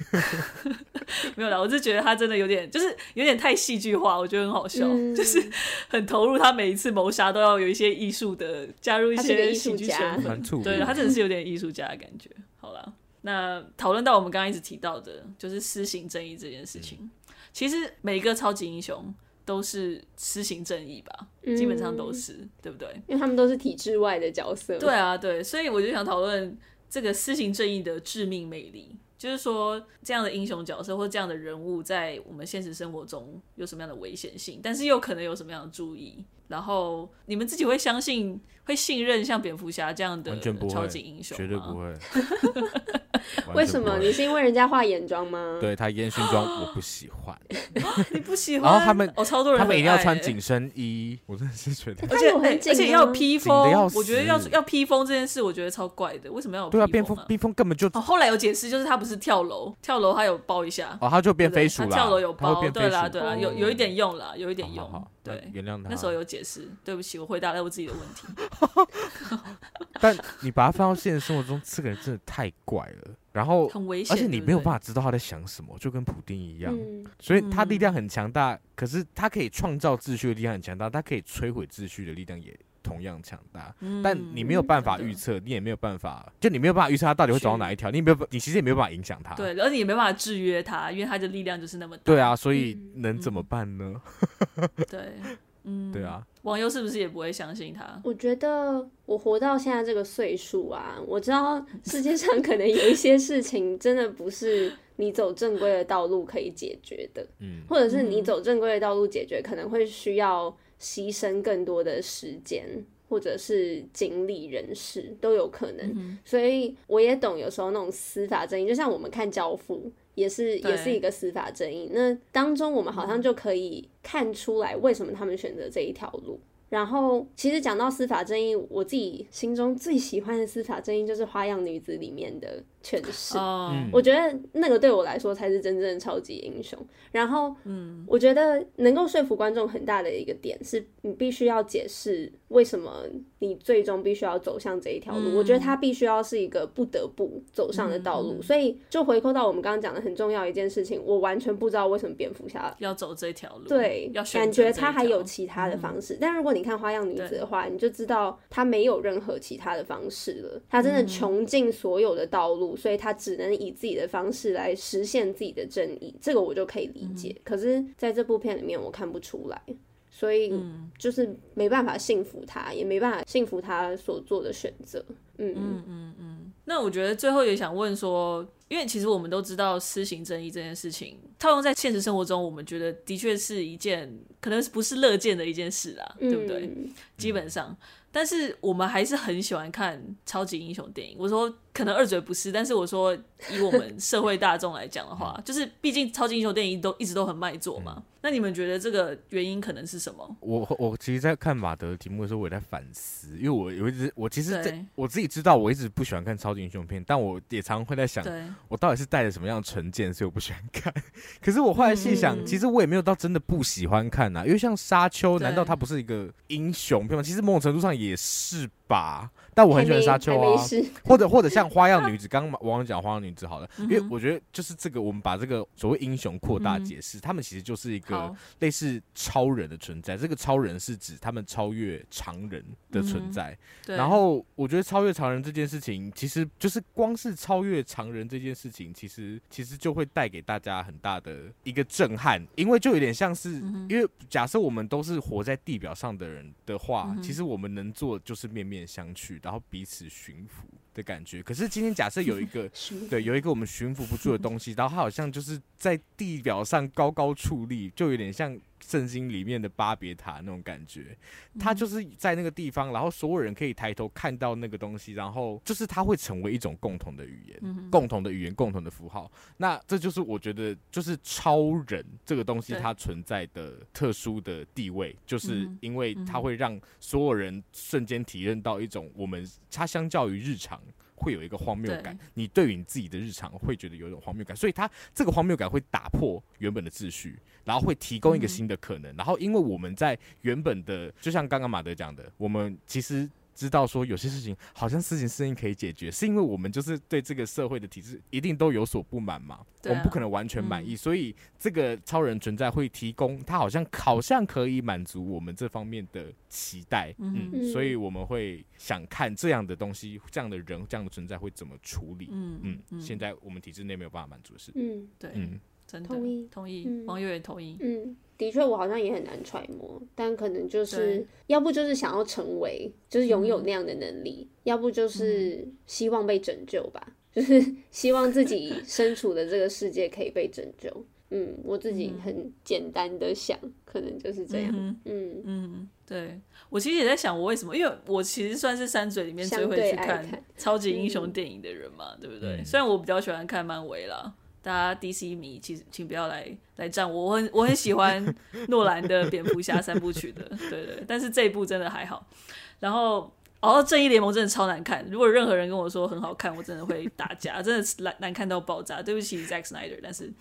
S2: 没有啦，我是觉得他真的有点，就是有点太戏剧化，我觉得很好笑，
S3: 嗯
S2: 哦就是很投入。他每一次谋杀都要有一些艺术的加入一
S3: 他是个
S2: 些
S3: 艺术
S2: 喜剧
S3: 家
S2: 成分，
S4: 蛮酷。
S2: 对， 他真的是有点艺术家的感觉。好了，那讨论到我们刚刚一直提到的，就是施行正义这件事情，其实每一个超级英雄都是施行正义吧，基本上都是，对不对？
S3: 嗯因为他们都是体制外的角色。
S2: 对，啊，对，所以我就想讨论这个施行正义的致命魅力，就是说这样的英雄角色或这样的人物在我们现实生活中有什么样的危险性，但是又可能有什么样的注意。然后你们自己会相信、会信任像蝙蝠侠这样的
S4: 完全不会，
S2: 超级英雄吗？
S4: 绝对不会。
S2: 啊
S4: 完全
S3: 为什么？
S4: 不会
S3: 你是因为人家画眼妆吗？
S4: 对他烟熏妆我不喜 欢，
S2: 你不喜欢？
S4: 然后他们
S2: 哦，超多人
S4: 他们一定要
S2: 很爱
S4: 穿
S2: 欸
S4: 紧身衣，我真的是觉 得。
S2: 而且
S3: 他有很
S2: 哎
S3: 紧
S2: 而
S3: 啊
S2: 且要
S3: 吗
S2: 披
S4: 紧得
S2: 风
S4: 要，
S2: 我觉得要
S4: 死
S2: 要披风这件事，我觉得超怪的。为什么要有披
S4: 对
S2: 风、
S4: 啊，变风冰风根本就
S2: 哦，后来有解释，就是他不是跳楼，跳楼他有包一下，
S4: 哦，他就变飞
S2: 对不对
S4: 鼠啦，
S2: 他跳楼有
S4: 他会
S2: 包，
S4: 变
S2: 对
S4: 飞
S2: 啦
S4: 鼠，哦
S2: 对啦，有有一点用啦，有一点
S4: 好好
S2: 用
S4: 好，那
S2: 对。
S4: 原谅他。
S2: 那时候有解释，对不起，我回答了我自己的问题。
S4: 但你把他放到现实生活中，这个人真的太怪了。然后，
S2: 很危险，
S4: 而且你
S2: 对不
S4: 没有
S2: 对
S4: 办法知道他在想什么，就跟普丁一样。
S3: 嗯，
S4: 所以他力量很强大，可是他可以创造秩序的力量很强大，他可以摧毁秩序的力量也同样强大。但你没有办法
S2: 嗯真的
S4: 预测，你也没有办法，就你没有办法预测他到底会走到
S2: 是
S4: 哪一条，你也没有办，你其实也没有办法影响他。
S2: 对，而且也没办法制约他，因为他的力量就是那么大。
S4: 对啊，所以
S3: 嗯
S4: 能怎么办呢？
S2: 对，嗯，
S4: 对。啊，
S2: 网友是不是也不会相信他？
S3: 我觉得我活到现在这个岁数啊，我知道世界上可能有一些事情真的不是你走正规的道路可以解决的，
S4: 嗯，
S3: 或者是你走正规的道路解决，可能会需要牺牲更多的时间。或者是经理人事都有可能，所以我也懂有时候那种司法正义，就像我们看《教父》，也是
S2: 对
S3: 也是一个司法正义。那当中我们好像就可以看出来为什么他们选择这一条路。然后，其实讲到司法正义，我自己心中最喜欢的司法正义就是《花样女子》里面的诠释。
S2: 哦，
S4: 嗯
S3: 我觉得那个对我来说才是真正的超级英雄。然后，嗯，我觉得能够说服观众很大的一个点是，你必须要解释为什么你最终必须要走向这一条路。
S2: 嗯
S3: 我觉得它必须要是一个不得不走上的道路。所以，就回扣到我们刚刚讲的很重要一件事情，我完全不知道为什么蝙蝠侠。
S2: 要走这条路，
S3: 对
S2: 要，选
S3: 感
S2: 择
S3: 觉
S2: 这
S3: 他
S2: 一嗯
S3: 还有
S2: 条
S3: 其他的方式，但如果你看《花样女子》的话，你就知道他没有任何其他的方式了。他
S2: 嗯
S3: 真的穷尽所有的道路，所以他只能以自己的方式来实现自己的正义。这个我就可以理解。
S2: 嗯
S3: 可是在这部片里面，我看不出来，所以
S2: 嗯
S3: 就是没办法信服他，也没办法信服他所做的选择。嗯
S2: 那我觉得最后也想问说，因为其实我们都知道施行正义这件事情，套用在现实生活中，我们觉得的确是一件可能不是乐见的一件事啦，
S3: 嗯，
S2: 对不对？？基本
S4: 嗯
S2: 上，但是我们还是很喜欢看超级英雄电影。我说可能二嘴不是，但是我说以我们社会大众来讲的
S4: 嗯
S2: 话，就是毕竟超级英雄电影都一直都很卖座嘛。那你们觉得这个原因可能是什么？
S4: 我我其实，在看马德的题目的时候，我也在反思，因为我有一直，我其实在
S2: 对
S4: 我自己知道，我一直不喜欢看超级英雄片，但我也常会在想，
S2: 对，
S4: 我到底是带着什么样的成见，所以我不喜欢看。 可是我后来细想，
S3: 嗯
S4: 其实我也没有到真的不喜欢看啊呐、因为像《沙丘》，
S2: 对
S4: 难道它不是一个英雄片吗？其实某种程度上也是吧。但我很喜欢《沙丘
S3: 还没》
S4: 啊，
S3: 事，
S4: 或者或者像《花样女子》，刚刚网友讲《花样女子》好了，
S3: 嗯
S4: 因为我觉得就是这个，我们把这个所谓英雄扩大解释，
S3: 嗯
S4: 他们其实就是一个
S2: 好，
S4: 类似超人的存在。这个超人是指他们超越常人的
S3: 嗯
S4: 存在，
S2: 对，
S4: 然后我觉得超越常人这件事情，其实就是光是超越常人这件事情，其实其实就会带给大家很大的一个震撼，因为就有点像是，因为假设我们都是活在地表上的人的话，其实我们能做就是面面相觑，然后彼此驯服的感觉。可是今天假设有一个对，有一个我们驯服不住的东西， 然后它好像就是在地表上高高矗立，就有点像圣经里面的巴别塔那种感觉。它就是在那个地方，然后所有人可以抬头看到那个东西，然后就是它会成为一种共同的语言，共同的语言，共同的符号。那这就是我觉得，就是超人这个东西
S2: 对
S4: 它存在的特殊的地位，就是因为它会让所有人瞬间体验到一种我们它相较于日常。会有一个荒谬感，你对于你自己的日常会觉得有一种荒谬感，所以它这个荒谬感会打破原本的秩序，然后会提供一
S2: 嗯
S4: 个新的可能。然后，因为我们在原本的，就像刚刚马德讲的，我们其实知道说有些事情好像事情事情可以解决，是因为我们就是对这个社会的体制一定都有所不满嘛，
S2: 对
S4: 我
S2: 啊
S4: 们不可能完全满意，所以这个超人存在会提供他好像好像可以满足我们这方面的期待，
S2: 嗯
S4: 嗯，所以我们会想看这样的东西、这样的人、这样的存在会怎么处理，
S2: 嗯
S4: 嗯，现在我们体制内没有办法满足的事，
S3: 嗯
S2: 对，
S4: 嗯，
S2: 真的
S3: 同意
S2: 同意，
S3: 嗯
S2: 网友也同意。
S3: 嗯，的确，我好像也很难揣摩，但可能就是
S2: 对
S3: 要不就是想要成为，就是拥有那样的能
S2: 嗯
S3: 力，要不就是希望被拯救吧， 就是希望自己身处的这个世界可以被拯救。嗯，我自己很简单的想，可能就是这样。
S2: 嗯
S3: 嗯，
S2: 嗯，对我其实也在想，我为什么？因为我其实算是山嘴里面最会去
S3: 相对爱
S2: 看
S3: 看嗯
S2: 超级英雄电影的人嘛，对不对？
S4: 嗯
S2: 虽然我比较喜欢看漫威啦，大家 DC 迷其实请不要来来站我，我很我很喜欢诺兰的蝙蝠侠三部曲的，对对，但是这一部真的还好。然后。哦，正义联盟真的超难看。如果任何人跟我说很好看，我真的会打架，真的是难难看到爆炸。对不起，Zack Snyder，但是，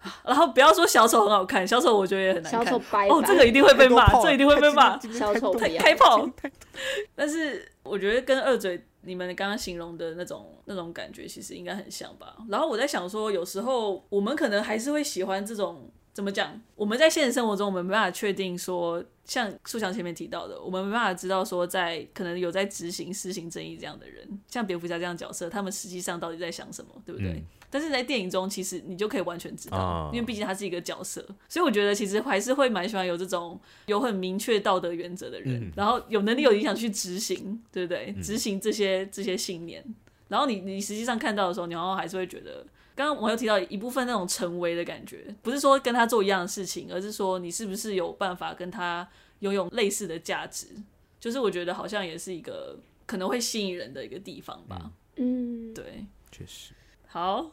S2: 啊然后不要说小丑很好看，小丑我觉得也很难
S3: 小
S2: 看。
S3: 丑拜
S2: 哦，
S3: 拜
S2: 这个一定会被骂，这一定会被骂。
S3: 小丑不要
S2: 开炮。 但是我觉得跟二嘴你们刚刚形容的那种那种感觉，其实应该很像吧。然后我在想说，有时候我们可能还是会喜欢这种。怎么讲？我们在现实生活中，我们没办法确定说，像素强前面提到的，我们没办法知道说在，可能有在执行施行正义这样的人，像蝙蝠侠这样的角色，他们实际上到底在想什么，对不对？
S4: 嗯
S2: 但是在电影中，其实你就可以完全知道，
S4: 啊
S2: 因为毕竟他是一个角色，所以我觉得其实还是会蛮喜欢有这种有很明确道德原则的人，
S4: 嗯
S2: 然后有能力有理想去执行，对不对？执行这些这些信念，然后你你实际上看到的时候，你好像还是会觉得，刚刚网友提到一部分那种成为的感觉，不是说跟他做一样的事情，而是说你是不是有办法跟他拥有类似的价值，就是我觉得好像也是一个可能会吸引人的一个地方吧，
S3: 嗯，
S2: 对。
S4: 确实，
S2: 好，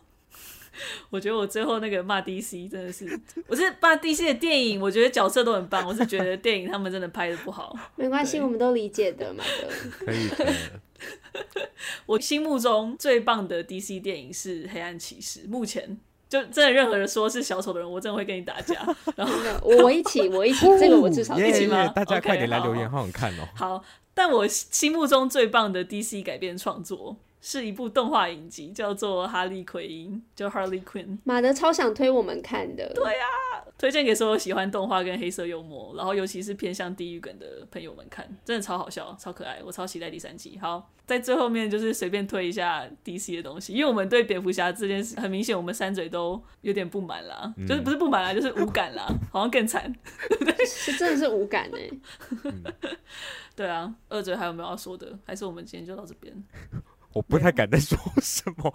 S2: 我觉得我最后那个骂 DC 真的是，我是骂 DC 的电影，我觉得角色都很棒，我是觉得电影他们真的拍的不好。
S3: 没关系，
S2: 对
S3: 我们都理解的嘛 都。
S4: 可以呃的，
S2: 我心目中最棒的 DC 电影是《黑暗骑士》，目前。就真的任何人说是小丑的人，我真的会跟你打架。然后
S3: 真的，我一起，我一起，这个我至少
S4: 耶
S2: 一起吗
S4: 大家
S2: OK，
S4: 快点来
S2: 好
S4: 留言，好想看哦。
S2: 好，但我心目中最棒的 DC 改编创作是一部动画影集，叫做《哈利奎因》，就 Harley Quinn。
S3: 马德超想推我们看的。对呀、
S2: 推荐给所有喜欢动画跟黑色幽默，然后尤其是偏向地狱梗的朋友们看，真的超好笑、超可爱，我超期待第三季。好，在最后面就是随便推一下 DC 的东西，因为我们对蝙蝠侠这件事很明显，我们三嘴都有点不满啦，就是不是不满啦，就是无感啦，好像更惨。
S3: 是真的是无感哎、
S2: 对啊，二嘴还有没有要说的？还是我们今天就到这边？
S4: 我不太敢再说什 么，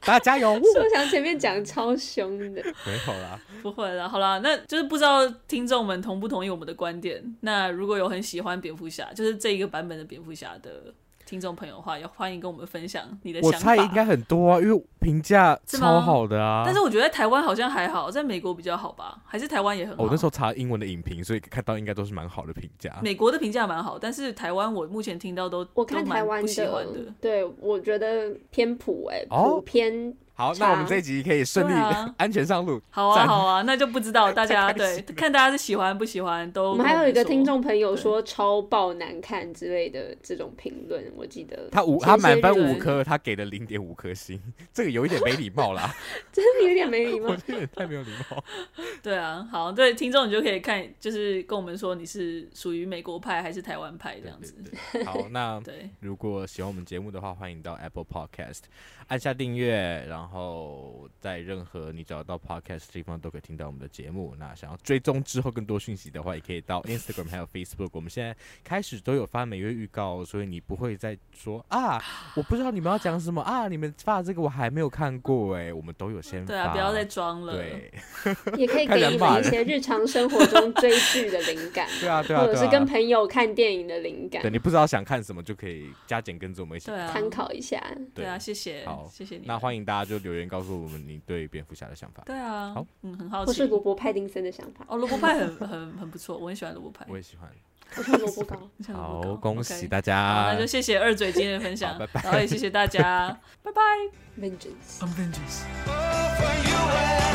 S4: 大家加 油！
S3: 我想前面讲超凶的，
S4: 没有啦，
S2: 不会啦，好啦，那就是不知道听众们同不同意我们的观点。那如果有很喜欢蝙蝠侠，就是这一个版本的蝙蝠侠的听众朋友的话，也欢迎跟我们分享你的
S4: 我
S2: 想法。
S4: 猜应该很多啊，因为评价
S2: 是吗
S4: 超好的啊。
S2: 但是我觉得台湾好像还好，在美国比较好吧？还是台湾也很好？
S4: 哦我那时候查英文的影评，所以看到应该都是蛮好的评价。
S2: 美国的评价蛮好，但是台湾我目前听到都
S3: 我看
S2: 都
S3: 台
S2: 蛮
S3: 湾
S2: 不喜欢的。
S3: 对我觉得偏普哎、
S4: 哦
S3: 普偏
S4: 好，那我们这一集可以顺利
S2: 对啊
S4: 安全上路。
S2: 好啊，
S4: 赞
S2: 好啊，那就不知道大家
S4: 太开
S2: 对
S4: 心
S2: 看大家是喜欢不喜欢都
S3: 我
S2: 跟我
S3: 们还有一个
S2: 说
S3: 听，众朋友说超爆难看之类的这种评论，我记得
S4: 他五
S3: 前
S4: 他
S3: 些
S4: 满分
S3: 日
S4: 五
S3: 文，
S4: 颗，他给了零点五颗星，这个有一点没礼貌 啦，
S3: 真的有点没礼貌
S4: 我。觉得也太没有礼貌。
S2: 对啊，好，对听众你就可以看，就是跟我们说你是属于美国派还是台湾派这样子。
S4: 对好，那
S2: 对，
S4: 如果喜欢我们节目的话，欢迎到 Apple Podcast 按下订阅，然后在任何你找得到 Podcast 的地方都可以听到我们的节目。那想要追踪之后更多讯息的话，也可以到 Instagram 还有 Facebook。我们现在开始都有发每月预告哦，所以你不会再说啊，我不知道你们要讲什么啊，你们发的这个我还没有看过哎，我们都有先发。
S2: 对啊，不要再装了。
S4: 对
S3: 也可以给你们一些日常生活中追剧的 灵感，
S4: 对啊对啊
S3: 或者
S4: 对
S3: 是跟
S4: 啊。
S3: 朋友看电影的灵感
S4: 对，你不知道想看什么，就可以加减跟着我们一起
S2: 对啊，
S3: 参考一下。
S2: 对啊，谢谢
S4: 好，
S2: 谢谢你。
S4: 那欢迎大家就留言告诉我们你对蝙蝠侠的想法。
S2: 对啊，
S4: 好
S2: 嗯，很好
S3: 或
S2: 奇
S3: 是。罗伯·派丁森的想法，
S2: 哦，萝卜派很很很不错，我很喜欢萝卜派
S4: 我。也喜欢。
S3: 我是萝 卜糕，
S2: 你喜欢萝卜
S4: 好，
S2: 糕
S4: 恭
S2: OK
S4: 喜大
S2: 好，
S4: 家
S2: 那。就谢谢二嘴今天的分享，
S4: 好拜拜
S2: 然后也谢谢大家，拜拜。
S3: vengeance。
S5: for you and